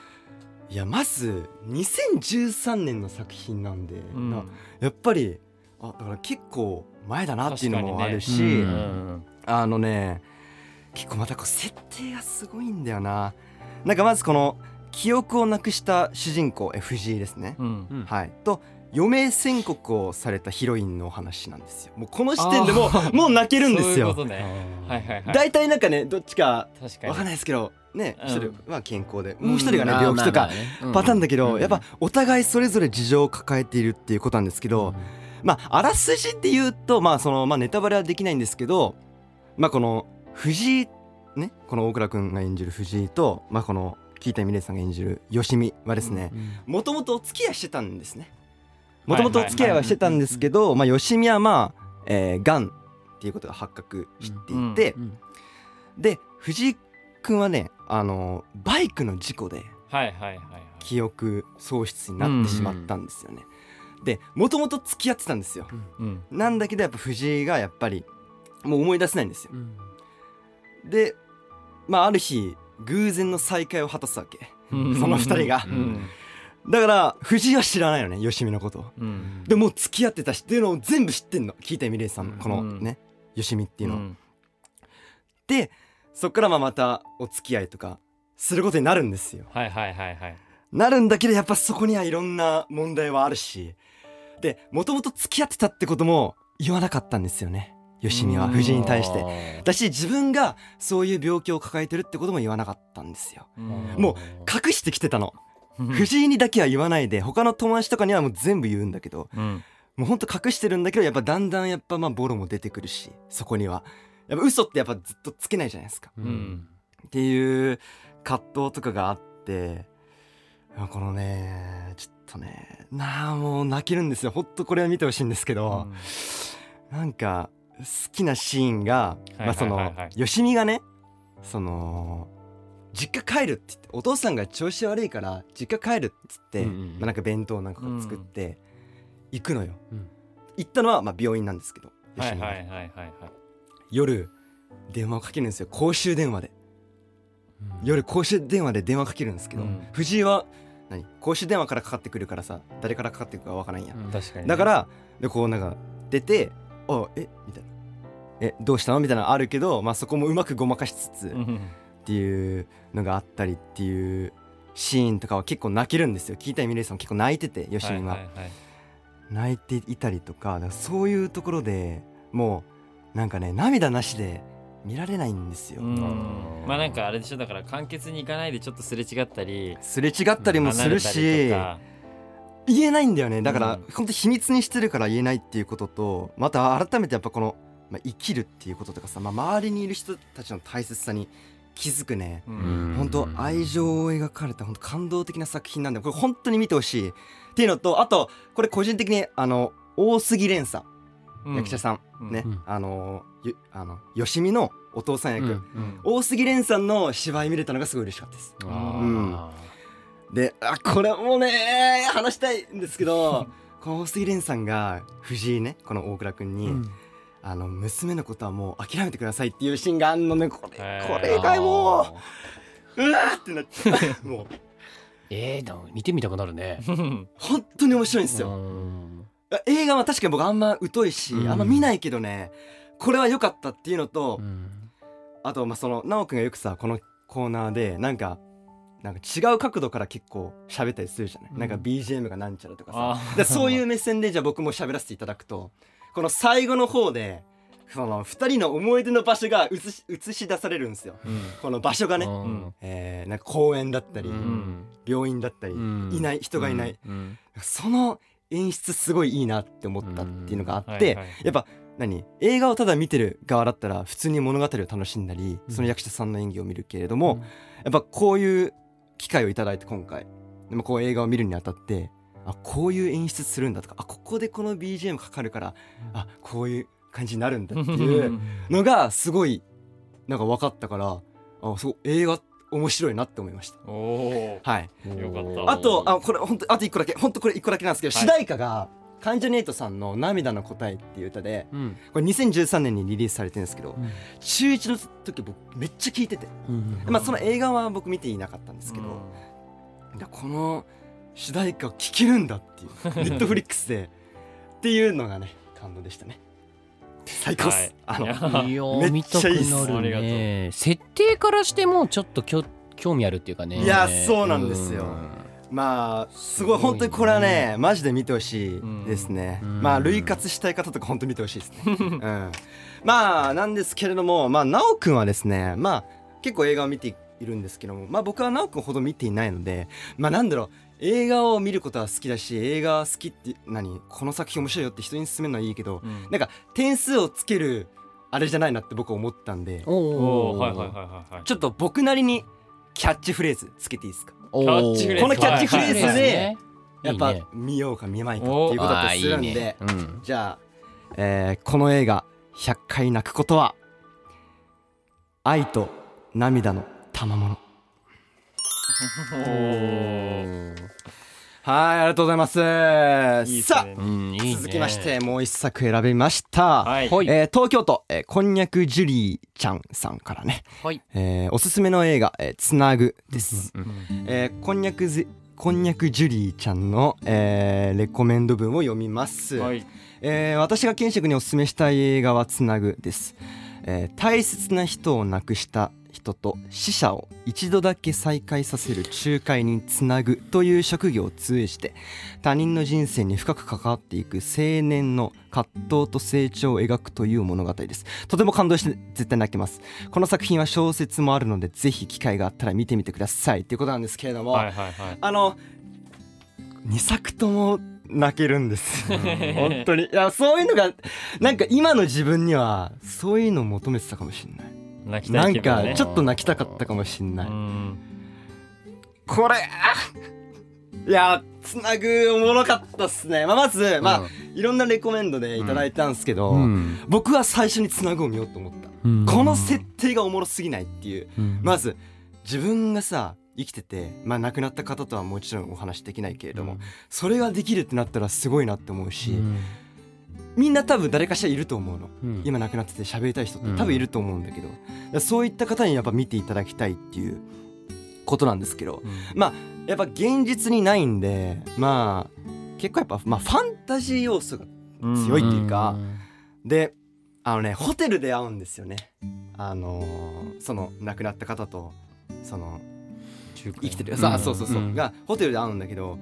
Speaker 1: いやまず2013年の作品なんで、
Speaker 2: うん
Speaker 1: なやっぱりあだから結構前だなっていうのもあるし、
Speaker 3: 確かにね
Speaker 2: う
Speaker 3: うん
Speaker 2: ん
Speaker 1: あのね結構またこう設定がすごいんだよな。なんかまずこの記憶をなくした主人公えー藤井ですね、
Speaker 2: うん
Speaker 3: うん
Speaker 1: はい、と余命宣告をされたヒロインのお話なんですよもうこの時点でもう (laughs) もう泣けるんです
Speaker 2: そういう
Speaker 1: よ
Speaker 2: ことねはいはいはい
Speaker 1: 大体なんかねどっちか
Speaker 2: 確か
Speaker 1: わ
Speaker 2: に
Speaker 1: かんないですけどね
Speaker 2: うん
Speaker 1: 一人は健康でもう一人がね
Speaker 3: まあ
Speaker 1: 病気と
Speaker 3: まあ
Speaker 1: か
Speaker 3: まあねうん
Speaker 1: パターンだけ
Speaker 3: う
Speaker 1: ど
Speaker 3: ん
Speaker 1: やっぱお互いそれぞれ事情を抱えているっていうことなんですけどまああらすじっていうとまあそのまあネタバレはできないんですけどまあこの藤井ねこの大倉君が演じる藤井とまあこの桐谷美玲さんが演じる吉見はですね、もともとお付き合いしてたんですねもともとお付き合いはしてたんですけど、まあ、吉見はまあえーがんっていうことが発覚していて、
Speaker 3: うん
Speaker 1: で藤井君はねあのバイクの事故で
Speaker 2: はいはいはいはい
Speaker 1: 記憶喪失になってしまったんですよね、でもともと付き合ってたんですよ
Speaker 2: うん
Speaker 1: なんだけどやっぱ藤井がやっぱりもう思い出せないんですよでまあある日偶然の再会を果たすわけその二人が
Speaker 2: うん
Speaker 1: だから藤井は知らないよね吉見のことを
Speaker 2: うん
Speaker 1: でもう付き合ってたしっていうのを全部知ってんの聞いてみれいさんのこの
Speaker 2: うん
Speaker 1: ね、よしみっていうの、
Speaker 2: ん
Speaker 1: でそっからまあまたお付き合いとかすることになるんですよ
Speaker 2: はいはいはいはい
Speaker 1: なるんだけどやっぱそこにはいろんな問題はあるしでもともと付き合ってたってことも言わなかったんですよねよしみは藤井に対して
Speaker 3: て
Speaker 1: だし自分がそういう病気を抱えてるってことも言わなかったんですよもう隠してきてたの
Speaker 2: うん
Speaker 1: 藤井にだけは言わないで他の友達とかにはもう全部言うんだけど
Speaker 2: うん
Speaker 1: もうほんと隠してるんだけどやっぱだんだんやっぱまあボロも出てくるしそこにはやっぱ嘘ってやっぱずっとつけないじゃないですか
Speaker 2: うん
Speaker 1: っていう葛藤とかがあってあこのねちょっとねなあもう泣けるんですよほんとこれは見てほしいんですけど、なんか好きなシーンが、
Speaker 2: はい
Speaker 1: まあそ
Speaker 2: はい
Speaker 1: の
Speaker 2: はいはい
Speaker 1: よしみがねその実家帰るって言ってお父さんが調子悪いから実家帰るっつって、
Speaker 3: うんうん
Speaker 1: まあ、なんか弁当なんかを作って行くのよ、
Speaker 3: うん
Speaker 1: 行ったのはまあ病院なんですけど、
Speaker 2: は
Speaker 1: よし
Speaker 2: い
Speaker 1: みが
Speaker 2: はいはいはいはい
Speaker 1: 夜電話をかけるんですよ公衆電話で夜公衆電話で電話かけるんですけど、
Speaker 2: うん
Speaker 1: 藤井は何公衆電話からかかってくるからさ誰からかかってくるかわからんや、
Speaker 3: うん
Speaker 2: 確かにね
Speaker 1: だからでこうなんか出て「あえみたいな「えどうしたの?」みたいなのあるけど、まあ、そこもうまくごまかしつつ
Speaker 2: う
Speaker 1: っ
Speaker 2: ん
Speaker 1: ていうのがあったりっていうシーンとかは結構泣けるんですよ聞いたいみれいさん結構泣いててよしみが、
Speaker 2: はいはいはい
Speaker 1: 泣いていたりとかだからそういうところでもうなんかね涙なしで見られないんですよ、
Speaker 2: うんまあなんかあれでしょだから簡潔に行かないでちょっとすれ違ったり
Speaker 1: すれ違ったりもす
Speaker 2: 離
Speaker 1: る
Speaker 2: れたり
Speaker 1: し
Speaker 2: とか
Speaker 1: 言えないんだよねだから、
Speaker 2: うん
Speaker 1: 本当秘密にしてるから言えないっていうこととまた改めてやっぱこの、まあ、生きるっていうこととかさ、まあ、周りにいる人たちの大切さに気づくね、
Speaker 2: うん
Speaker 1: 本当愛情を描かれた本当感動的な作品なんでこれ本当に見てほしいっていうのとあとこれ個人的にあの大杉蓮さん、
Speaker 2: うん
Speaker 1: 役者さん、
Speaker 2: うん
Speaker 1: ね、
Speaker 3: うん
Speaker 1: あのゆあのよしみのお父さん役、
Speaker 2: うん
Speaker 1: 大杉蓮さんの芝居見れたのがすごい嬉しかったです。
Speaker 3: あ
Speaker 1: であこれもね話したいんですけどこの大杉蓮さんが藤井ねこの大倉君に、
Speaker 3: ー
Speaker 1: あの娘のことはもう諦めてくださいっていうシーンがあんのねこれ
Speaker 2: へー
Speaker 1: これがもううわーってなっちゃうもう
Speaker 3: えーでも見てみたくなるね。
Speaker 1: (laughs) 本当に面白いんですよ、
Speaker 3: うん
Speaker 1: 映画は確かに僕あんま疎いし、
Speaker 3: うん
Speaker 1: あんま見ないけどねこれは良かったっていうのと、
Speaker 3: うん
Speaker 1: あとまあその奈くんがよくさこのコーナーでなんかなんか違う角度から結構喋ったりするじゃない、なんか BGM がなんちゃらとかさ
Speaker 2: あー
Speaker 1: でそういう目線でじゃあ僕も喋らせていただくとこの最後の方でその2人の思い出の場所が映し映し出されるんですよこの場所がね、
Speaker 3: うん
Speaker 1: えーなんか公園だったり、
Speaker 3: うん
Speaker 1: 病院だったり、
Speaker 3: うん
Speaker 1: いない人がいない、
Speaker 3: うん
Speaker 1: その演出すごいいいなって思ったっていうのがあって、
Speaker 2: はいはい
Speaker 1: (laughs) やっぱ何映画をただ見てる側だったら普通に物語を楽しんだり、
Speaker 3: うん
Speaker 1: その役者さんの演技を見るけれども、
Speaker 3: うん
Speaker 1: やっぱこういう機会をいただいて今回でもこう映画を見るにあたってあこういう演出するんだとかあここでこの BGM かかるからあこういう感じになるんだっていうのがすごいなんか分かったからあそう映画面白いなって思いました。
Speaker 2: おお
Speaker 1: はい、
Speaker 2: ーよかった
Speaker 1: あとあこれ本当あと一個だけ本当これ一個だけなんですけど、
Speaker 2: は
Speaker 1: 主
Speaker 2: い
Speaker 1: 題歌が関ジャニエイトさんの「涙の答え」っていう歌で、
Speaker 3: うん
Speaker 1: これ2013年にリリースされてるんですけど、
Speaker 3: ん
Speaker 1: 中1の時僕めっちゃ聴いてて、
Speaker 3: うん
Speaker 1: まあ、その映画は僕見ていなかったんですけど、いやこの主題歌を聴けるんだっていうネットフリックスでっていうのがね感動でしたね最高っす、
Speaker 2: はい
Speaker 1: あ
Speaker 2: いや
Speaker 1: の
Speaker 3: い
Speaker 1: め
Speaker 3: やー
Speaker 1: っ
Speaker 3: 見たく
Speaker 1: ちゃいいっす
Speaker 3: な
Speaker 2: ありがと
Speaker 3: るね設定からしてもちょっときょ興味あるっていうかね
Speaker 1: いやそうなんですよまあすごい
Speaker 3: すごいね
Speaker 1: 本当にこれはねマジで見てほしいですね、
Speaker 3: うん
Speaker 1: まあ類活したい方とか本当見てほしいですね、うん、まあなんですけれどもまあ奈くんはですねまあ結構映画を見ているんですけどもまあ僕は奈くんほど見ていないのでまあなんだろう映画を見ることは好きだし映画好きって何この作品面白いよって人に勧めるのはいいけど
Speaker 2: うん
Speaker 1: なんか点数をつけるあれじゃないなって僕は思ったんで
Speaker 3: お
Speaker 2: お
Speaker 3: お
Speaker 2: ーはいはいはいはいはい
Speaker 1: ちょっと僕なりにキャッチフレーズつけていいですか
Speaker 3: お
Speaker 2: キャッチフレーズ
Speaker 1: このキャッチフレーズでやっ
Speaker 3: い
Speaker 1: ぱ
Speaker 3: いね
Speaker 1: 見ようか見まいかっていうことだったりするんで
Speaker 3: あーいいねうん
Speaker 1: じゃあ、えーこの映画「100回泣くことは愛と涙の賜物はいありがとうございます
Speaker 2: いいっす
Speaker 1: さ
Speaker 2: ね
Speaker 1: あ
Speaker 3: うんいいね
Speaker 1: 続きましてもう一作選びました、
Speaker 2: はい
Speaker 3: はい
Speaker 1: えー東京都、えーこんにゃくジュリーちゃんさんからね、
Speaker 3: はい
Speaker 1: えーおすすめの映画「えーつなぐ」です、
Speaker 3: うん
Speaker 1: えーこんにゃくずこんにゃくジュリーちゃんの、えーレコメンド文を読みます、
Speaker 2: はい
Speaker 1: えー私が賢職におすすめしたい映画は「つなぐ」です、えー大切な人を亡くした人と死者を一度だけ再会させる仲介につなぐという職業を通じて他人の人生に深く関わっていく青年の葛藤と成長を描くという物語ですとても感動して絶対泣けますこの作品は小説もあるのでぜひ機会があったら見てみてくださいということなんですけれども、
Speaker 2: はいはいはい
Speaker 1: あの2作とも泣けるんです本当にいやそういうのがなんか今の自分にはそういうのを求めてたかもしれない
Speaker 2: 泣きた
Speaker 1: ないん
Speaker 2: 気分ね、
Speaker 1: かちょっと泣きたかったかもしれないう
Speaker 2: ん
Speaker 1: これあいやつなぐおもろかったっすね、まあ、まず、まあいろんなレコメンドでいただいたんですけど、
Speaker 3: うん
Speaker 1: 僕は最初につなぐを見ようと思った、
Speaker 3: うん
Speaker 1: この設定がおもろすぎないっていう
Speaker 3: うん
Speaker 1: まず自分がさ生きてて、まあ、亡くなった方とはもちろんお話できないけれども、それができるってなったらすごいなって思うし、
Speaker 3: うん
Speaker 1: みんな多分誰かしらいると思うの
Speaker 3: うん
Speaker 1: 今亡くなってて喋りたい人っ
Speaker 3: う
Speaker 1: て
Speaker 3: ん
Speaker 1: 多分いると思うんだけど、だからそういった方にやっぱ見ていただきたいっていうことなんですけど、まあやっぱ現実にないんでまあ結構やっぱ、まあ、ファンタジー要素が
Speaker 2: うん
Speaker 1: 強いっていうか、であのねホテルで会うんですよねあのーその亡くなった方とその生きてる、さあそうそうそう、
Speaker 3: うん
Speaker 1: がホテルで会うんだけど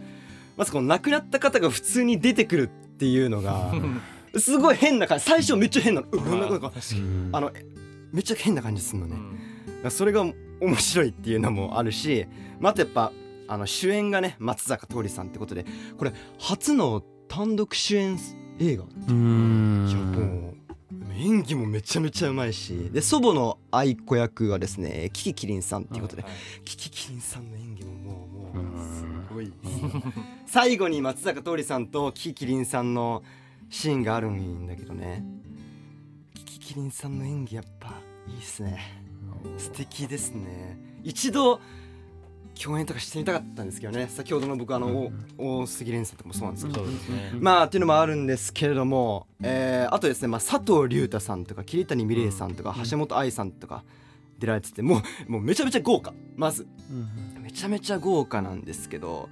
Speaker 1: まずこの亡くなった方が普通に出てくるっていうの
Speaker 3: (laughs)
Speaker 1: がすごい変な感じ最初めっちゃ変なの、うん、なんかあのめっちゃ変な感じすんのね、だからそれが面白いっていうのもあるし、まあ、あとやっぱあの主演がね松坂桃李さんってことでこれ初の単独主演映画
Speaker 3: うん
Speaker 1: いやもう演技もめちゃめちゃうまいしで祖母の愛子役はですねキキキリンさんっていうことで、キキキリンさんの演技ももうもうすごいですよ最後に松坂桃李さんとキキキリンさんのシーンがあるんだけどねキキキリンさんの演技やっぱいいっすね素敵ですね一度共演とかしてみたかったんですけどね先ほどの僕あの、お大杉蓮さんとかもそうなんですけど
Speaker 2: そうですね
Speaker 1: まあっていうのもあるんですけれども、えーあとですね、まあ、佐藤隆太さんとか桐谷美玲さんとか橋本愛さんとか出られててもうもうめちゃめちゃ豪華まずめちゃめちゃ豪華なんですけど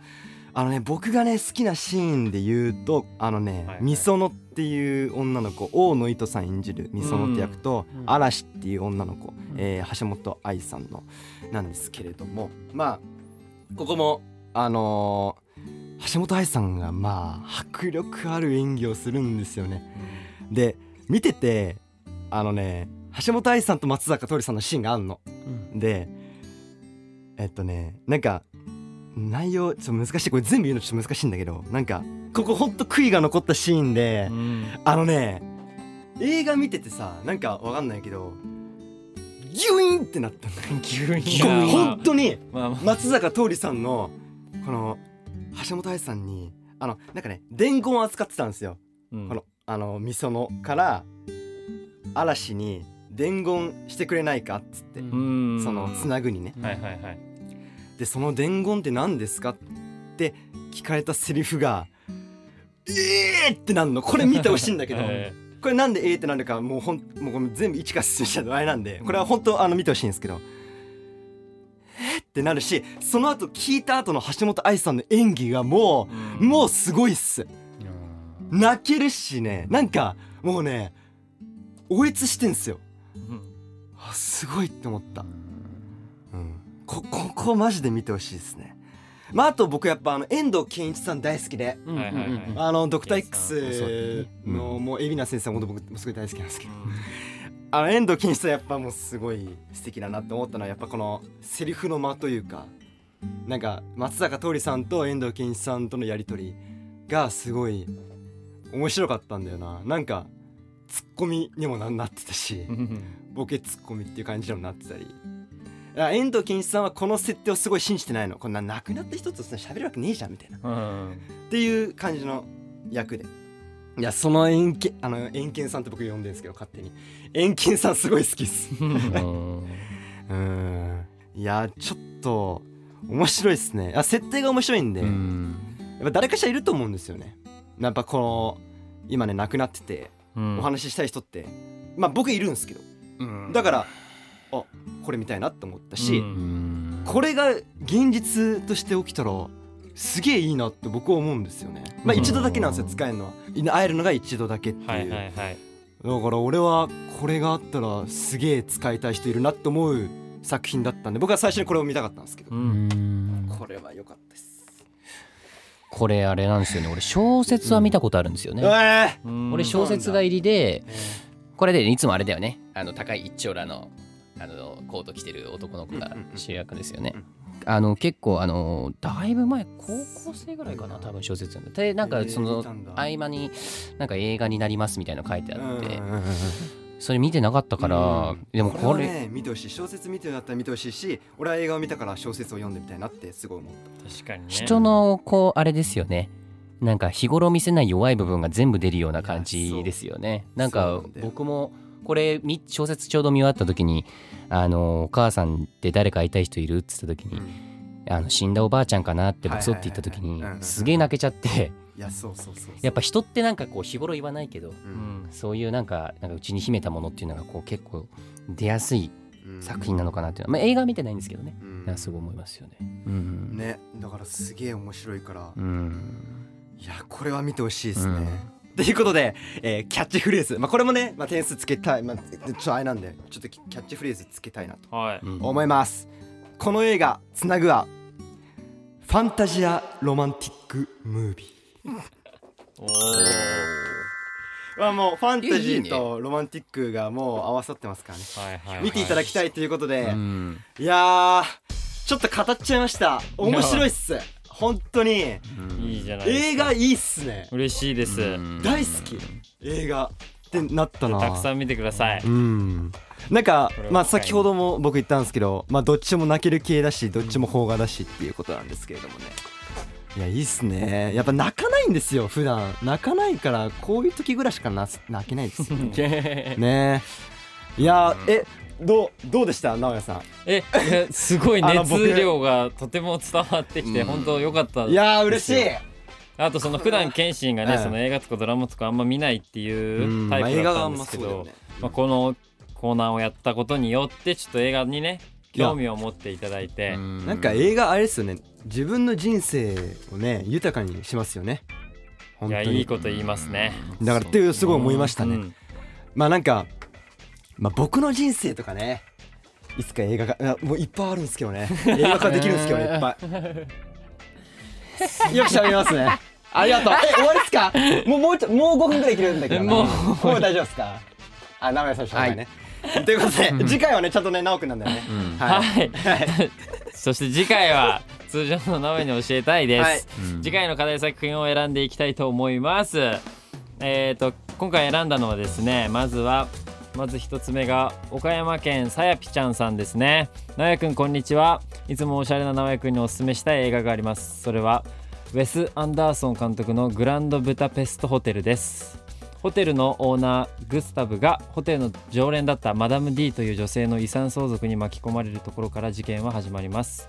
Speaker 1: あのね僕がね好きなシーンで言うとあのね、
Speaker 2: はい
Speaker 1: みそのっていう女の子大野糸さん演じるみそのって役と、嵐っていう女の子、えー橋本愛さんのなんですけれどもまあここもあのー橋本愛さんがまあ迫力ある演技をするんですよね。で見ててあのね橋本愛さんと松坂桃李さんのシーンがあんの。でえっとねなんか内容ちょっと難しいこれ全部言うのちょっと難しいんだけどなんかここほんと悔いが残ったシーンで、
Speaker 2: うん
Speaker 1: あのね映画見ててさなんかわかんないけどギュイーンってなったんだ
Speaker 2: (laughs)
Speaker 1: よギュイ
Speaker 2: ギュイーン
Speaker 1: 本当に
Speaker 2: まあまあ
Speaker 1: 松坂桃李さんのこの橋本愛さんにあのなんかね伝言を扱ってたんですよ
Speaker 2: うん
Speaker 1: このあのみそのから嵐に伝言してくれないかっつって、
Speaker 2: うん
Speaker 1: そのつなぐにね
Speaker 2: はいはいはい
Speaker 1: でその伝言って何ですかって聞かれたセリフが「えー!」ってなんのこれ見てほしいんだけど、
Speaker 2: (laughs) え
Speaker 1: これなんで「えー!」ってなるかもうほんもうこれ全部一から進めちゃうとあれなんでこれは本当あの見てほしいんですけど「えー!」ってなるしその後聞いた後の橋本愛さんの演技がも
Speaker 2: ー
Speaker 1: うもうすごいっす泣けるしねなんかもうね応援してんすよ
Speaker 2: うん
Speaker 1: あすごいって思った、うん、こここマジで見てほしいですねまああと僕やっぱあの遠藤健一さん大好きで
Speaker 3: うん
Speaker 2: はいはいはい
Speaker 1: あのドクター
Speaker 2: 健一さん
Speaker 1: X のもう海老名先生も僕すごい大好きなんですけど
Speaker 2: うん
Speaker 1: あの遠藤健一さんやっぱもうすごい素敵だなって思ったのはやっぱこのセリフの間というかなんか松坂桃李さんと遠藤健一さんとのやり取りがすごい面白かったんだよななんかツッコミにもななってたしボケツッコミっていう感じにもなってたりだから遠藤健一さんはこの設定をすごい信じてないのこんな亡くなった人とそんな喋るわけねえじゃんみたいな
Speaker 2: うん
Speaker 1: っていう感じの役でいやその遠見あの遠見さんって僕呼んでるんですけど勝手に遠見さんすごい好きっ
Speaker 2: (laughs)
Speaker 1: すうんいやちょっと面白いっすねあ設定が面白いんで、やっぱ誰かしらいると思うんですよねやっぱこの今ね亡くなってて
Speaker 2: うん
Speaker 1: お話ししたい人って、まあ僕いるんですけど、だからあこれ見たいなって思ったし、
Speaker 2: うん
Speaker 1: これが現実として起きたらすげえいいなって僕は思うんですよね。まあ
Speaker 2: うん
Speaker 1: 一度だけなんですよ使えるのは会えるのが一度だけっていう、
Speaker 2: はいはいは
Speaker 1: だか
Speaker 2: い
Speaker 1: ら俺はこれがあったらすげえ使いたい人いるなって思う作品だったんで僕は最初にこれを見たかったんですけど、
Speaker 2: う
Speaker 3: うんん
Speaker 1: これは良かったです、
Speaker 3: これあれなんですよね俺小説は見たことあるんですよね、
Speaker 1: え
Speaker 2: うん
Speaker 3: 俺小説が入りでこれでいつもあれだよねあの高い一丁羅のあのコート着てる男の子が主役ですよね、
Speaker 1: うんうん
Speaker 3: あの結構あのだいぶ前高校生ぐらいかな多分小説読んででなんかその
Speaker 1: えー見たんだ
Speaker 3: 合間になんか映画になりますみたいなの書いて
Speaker 1: ー
Speaker 3: あっ
Speaker 1: う
Speaker 3: て
Speaker 1: んうんうんうん
Speaker 3: それ見てなかったから
Speaker 1: うん
Speaker 3: でもこ
Speaker 1: は
Speaker 3: れ
Speaker 1: ね見てほしい小説見てるんだったら見てほしいし俺は映画を見たから小説を読んでみたいなってすごい思っ
Speaker 2: 確かにね
Speaker 3: 人のこうあれですよねなんか日頃見せない弱い部分が全部出るような感
Speaker 1: いやそ
Speaker 3: じ
Speaker 1: う
Speaker 3: ですよねなん
Speaker 1: そう
Speaker 3: か
Speaker 1: なんだよ
Speaker 3: 僕もこれみ小説ちょうど見終わった時にあのお母さんって誰か会いたい人いるって言った時
Speaker 1: た、
Speaker 3: に、あの死んだおばあちゃんかなって
Speaker 1: はい
Speaker 3: 僕
Speaker 1: はい
Speaker 3: そ
Speaker 1: は
Speaker 3: っ
Speaker 1: い
Speaker 3: て言った時
Speaker 1: う
Speaker 3: に
Speaker 1: んうんうん
Speaker 3: すげえ泣けちゃって (laughs)
Speaker 1: いやそうそうそうそう
Speaker 3: やっぱ人ってなんかこう日頃言わないけど
Speaker 1: う
Speaker 2: うんん
Speaker 3: そういうなんかなんかうちに秘めたものっていうのがこう結構出やすい
Speaker 1: うん
Speaker 3: 作品なのかなっていうのは、まあ、映画は見てないんですけどね
Speaker 1: うん
Speaker 3: なんかすごい思いますよね。うん
Speaker 1: ねだからすげえ面白いから、
Speaker 3: うん
Speaker 1: いやこれは見てほしいですね、ということで、えーキャッチフレーズ、まあ、これもね、まあ、点数つけたい、まあ、ちょっとあれなんでちょっとキャッチフレーズつけたいなと
Speaker 2: はい
Speaker 3: うん
Speaker 1: 思います、この映画「つなぐ」はファンタジアロマンティックムービー
Speaker 2: お
Speaker 1: まあもうファンタジ
Speaker 3: いい
Speaker 1: ー
Speaker 3: ね
Speaker 1: とロマンティックがもう合わさってますからね
Speaker 2: はいはいはい
Speaker 1: 見ていただきたいということで、
Speaker 3: うん
Speaker 1: いやーちょっと語っちゃいました面白いっす本当に
Speaker 2: いいじゃないです
Speaker 1: 映
Speaker 2: か
Speaker 1: 画いいっすね
Speaker 2: 嬉しいです
Speaker 1: 大好き映画ってなったな
Speaker 2: たくさん見てください
Speaker 1: うんなんか
Speaker 2: これは
Speaker 1: まあ
Speaker 2: 深いね
Speaker 1: 先ほども僕言ったんですけどまあどっちも泣ける系だしどっちも邦画だしっていうことなんですけれどもねいやいいっすねやっぱ泣かないんですよ普段泣かないからこういう時ぐらいしかな泣けないで
Speaker 2: (laughs)
Speaker 1: すよねねえいやーえどうどうでした直哉さ
Speaker 2: ええすごい
Speaker 1: あの
Speaker 2: 熱
Speaker 1: 僕
Speaker 2: 量がとても伝わってきて本当良かった
Speaker 1: んいやー嬉しい
Speaker 2: あとその普段謙信が
Speaker 1: う
Speaker 2: ね
Speaker 1: ん
Speaker 2: その映画とかドラマとかあんま見ないっていうタイプだったんですけど、まあ、このコーナーをやったことによってちょっと映画にね興味を持っていただいて
Speaker 1: な
Speaker 3: なん
Speaker 1: か映画あれですよね自分の人生をね豊かにしますよね本
Speaker 2: い
Speaker 1: 当
Speaker 2: や
Speaker 1: に
Speaker 2: いいこと言いますね。
Speaker 1: だからっていうすごい思いましたね、
Speaker 2: うん
Speaker 1: まあなんか、まあ、僕の人生とかねいつか映画化いやもういっぱいあるんですけ (laughs) どね映画化できるんですけどねいっぱいよく喋りますねありがとうえ終わりっすかもうもうちょもう5分ぐらい切れるんだけどな
Speaker 2: もう
Speaker 1: もう大丈夫っすかあ名古屋さんしょうがないね、ということで次回はねちゃんとね直くんなんだよね、はい
Speaker 2: はい、
Speaker 1: (laughs)
Speaker 2: そして次回は通常の名前に教えたいです、
Speaker 1: はい
Speaker 2: 次回の課題作品を選んでいきたいと思いますえっ、と今回選んだのはですねまずはまず一つ目が岡山県さやぴちゃんさんですね直哉くんこんにちはいつもおしゃれな直哉くんにおすすめしたい映画がありますそれはウェス・アンダーソン監督のグランドブタペストホテルですホテルのオーナーグスタブがホテルの常連だったマダム D という女性の遺産相続に巻き込まれるところから事件は始まります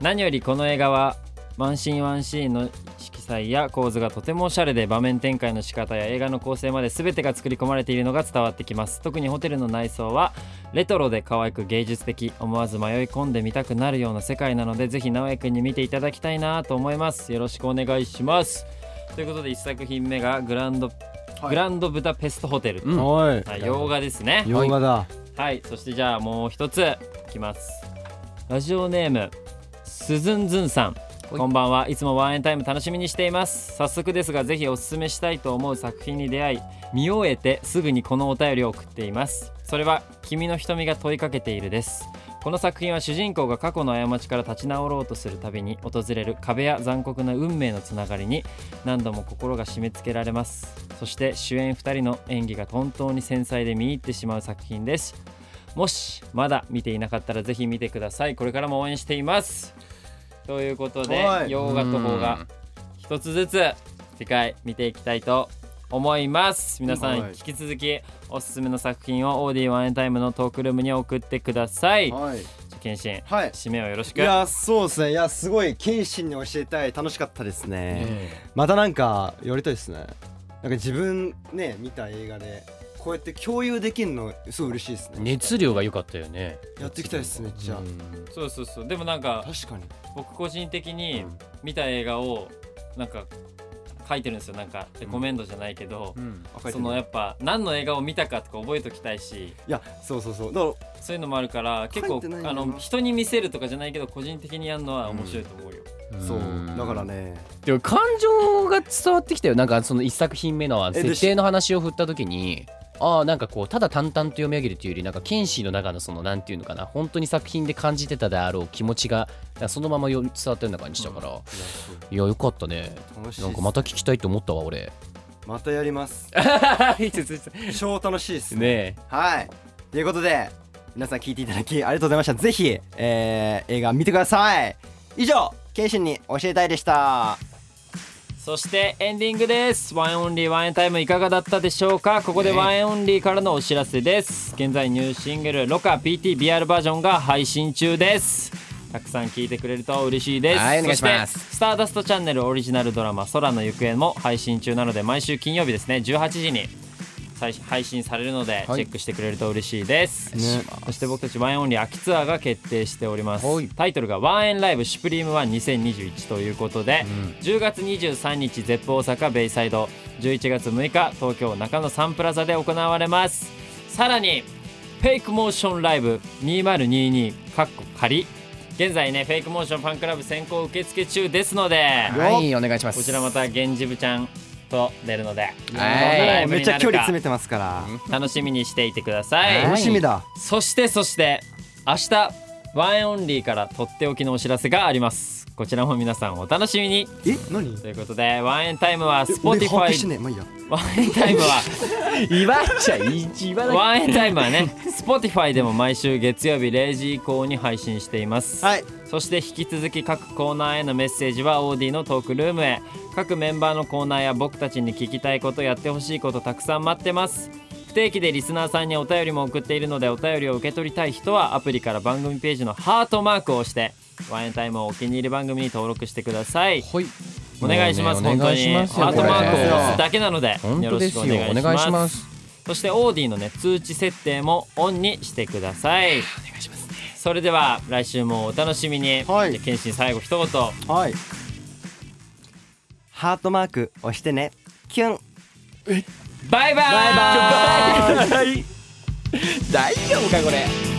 Speaker 2: 何よりこの映画はワンシーンワンシーンの色彩や構図がとてもおしゃれで場面展開の仕方や映画の構成まで全てが作り込まれているのが伝わってきます特にホテルの内装はレトロで可愛く芸術的思わず迷い込んでみたくなるような世界なのでぜひ直哉くんに見ていただきたいなと思いますよろしくお願いしますということで1作品目がグランド、グランドブダペストホテル、
Speaker 3: うん
Speaker 1: はい
Speaker 2: はい、洋画ですね
Speaker 1: 洋画だ
Speaker 2: はいそしてじゃあもう一ついきますラジオネームすずんずんさんこんばんはいつもワンエンタイム楽しみにしています早速ですがぜひおすすめしたいと思う作品に出会い見終えてすぐにこのお便りを送っていますそれは君の瞳が問いかけているですこの作品は主人公が過去の過ちから立ち直ろうとするたびに訪れる壁や残酷な運命のつながりに何度も心が締め付けられますそして主演2人の演技が本当に繊細で見入ってしまう作品ですもしまだ見ていなかったらぜひ見てくださいこれからも応援していますということで
Speaker 1: はい
Speaker 2: 洋画と邦画一つずつ次回見ていきたいと思います皆さん
Speaker 1: はい
Speaker 2: 引き続きおすすめの作品を OD ワンエンタイムのトークルームに送ってください
Speaker 1: はい
Speaker 2: 謙信
Speaker 1: はい
Speaker 2: 締めをよろし
Speaker 1: い
Speaker 2: く
Speaker 1: やそうですねいやすごい謙信に教えたい楽しかったですね、またなんかやりたいですねなんか自分ね見た映画でこうやって共有できるのすごい嬉しいですね
Speaker 3: 熱量が良かったよね。
Speaker 1: やっていきたいですめっちゃ、
Speaker 2: そうそうそうでもなんか
Speaker 1: 確かに
Speaker 2: 僕個人的に見た映画をなんか書いてるんですよなんかレコメンドじゃないけど、
Speaker 3: うん
Speaker 2: そのやっぱ何の映画を見たかとか覚えときたいし
Speaker 1: いやそうそうそうだから
Speaker 2: そういうのもあるから結
Speaker 1: 書い
Speaker 2: 構
Speaker 1: てないんだ
Speaker 2: あ
Speaker 1: よな
Speaker 2: の人に見せるとかじゃないけど個人的にやるのは面白いと思うよ、
Speaker 1: そうだからね
Speaker 3: でも感情が伝わってきたよなんかその一作品目のあの
Speaker 1: えで
Speaker 3: 設定の話を振った時にああなんかこうただ淡々と読み上げるというよりなんか剣士の中のそのなんていうのかな本当に作品で感じてたであろう気持ちがなんかそのままよ伝わったような感じしたから、いやよかったね
Speaker 1: 楽しいっす
Speaker 3: なんかまた聞きたいと思ったわ俺
Speaker 1: またやります
Speaker 3: (laughs)
Speaker 1: 超楽しいですね
Speaker 3: ね
Speaker 1: はいということで皆さん聞いていただきありがとうございましたぜひ、えー映画見てください以上ケイシンに教えたいでした
Speaker 2: そしてエンディングですワンオンリーワンエンタイムいかがだったでしょうかここでワンオンリーからのお知らせです現在ニューシングル「ロカ PTBR バージョン」が配信中ですたくさん聞いてくれると嬉しいです
Speaker 3: はいお願いします
Speaker 2: そしてスターダストチャンネルオリジナルドラマ「空の行方」も配信中なので毎週金曜日ですね18時に最新配信されるのでチェックしてくれると嬉しいです、そして僕たちワンオンリー秋ツアーが決定しております
Speaker 3: はい
Speaker 2: タイトルが「ワンエンライブシュプリームワン2021」ということで、10月23日ゼップ大阪ベイサイド11月6日東京中野サンプラザで行われますさらにフェイクモーションライブ2022かっこ仮現在ねフェイクモーションファンクラブ先行受付中ですので
Speaker 3: えはいお願いします
Speaker 2: こちらまた源氏部ちゃんと出るのでどんなラ
Speaker 3: は
Speaker 2: イ
Speaker 3: い
Speaker 2: ブ
Speaker 1: めっ
Speaker 2: に
Speaker 1: ち
Speaker 2: な
Speaker 1: ゃ距離
Speaker 2: るか
Speaker 1: 詰めてますから
Speaker 2: 楽しみにしていてくださ
Speaker 3: はい
Speaker 1: 楽しみだ
Speaker 2: そしてそして明日ワンエンオンリーからとっておきのお知らせがありますこちらも皆さんお楽しみに
Speaker 1: え何
Speaker 2: ということでワンエンタイムは
Speaker 1: え俺把握して
Speaker 2: Spotify
Speaker 1: ねえまあいいや
Speaker 2: ワンエンタイムは
Speaker 3: 言わっちゃ (laughs) い言わ
Speaker 2: ワンエンタイムはね Spotify でも毎週月曜日0時以降に配信しています
Speaker 1: はい
Speaker 2: そして引き続き各コーナーへのメッセージは OD のトークルームへ各メンバーのコーナーや僕たちに聞きたいことやってほしいことたくさん待ってます不定期でリスナーさんにお便りも送っているのでお便りを受け取りたい人はアプリから番組ページのハートマークを押してワンエンタイムをお気に入り番組に登録してください
Speaker 3: はい
Speaker 2: お願いします
Speaker 3: もう
Speaker 2: 本当
Speaker 3: ねお願いし
Speaker 2: にハ
Speaker 3: ま
Speaker 2: ー
Speaker 3: すよ
Speaker 2: トマークを
Speaker 1: これ
Speaker 2: 押すだけなので
Speaker 3: 本
Speaker 2: よ
Speaker 3: 当
Speaker 2: ろ
Speaker 3: で
Speaker 2: しく
Speaker 3: す
Speaker 2: お
Speaker 3: よ
Speaker 2: 願い
Speaker 3: お願い
Speaker 2: し
Speaker 3: し
Speaker 2: ま
Speaker 3: ますす
Speaker 2: そしてオーディのね通知設定もオンにしてください。それでは来週もお楽しみに。
Speaker 1: はい
Speaker 2: じゃあ、謙信最後一言。
Speaker 1: はいハートマーク押してねキュン
Speaker 2: バイバイ。
Speaker 3: (laughs) 大丈夫かこれ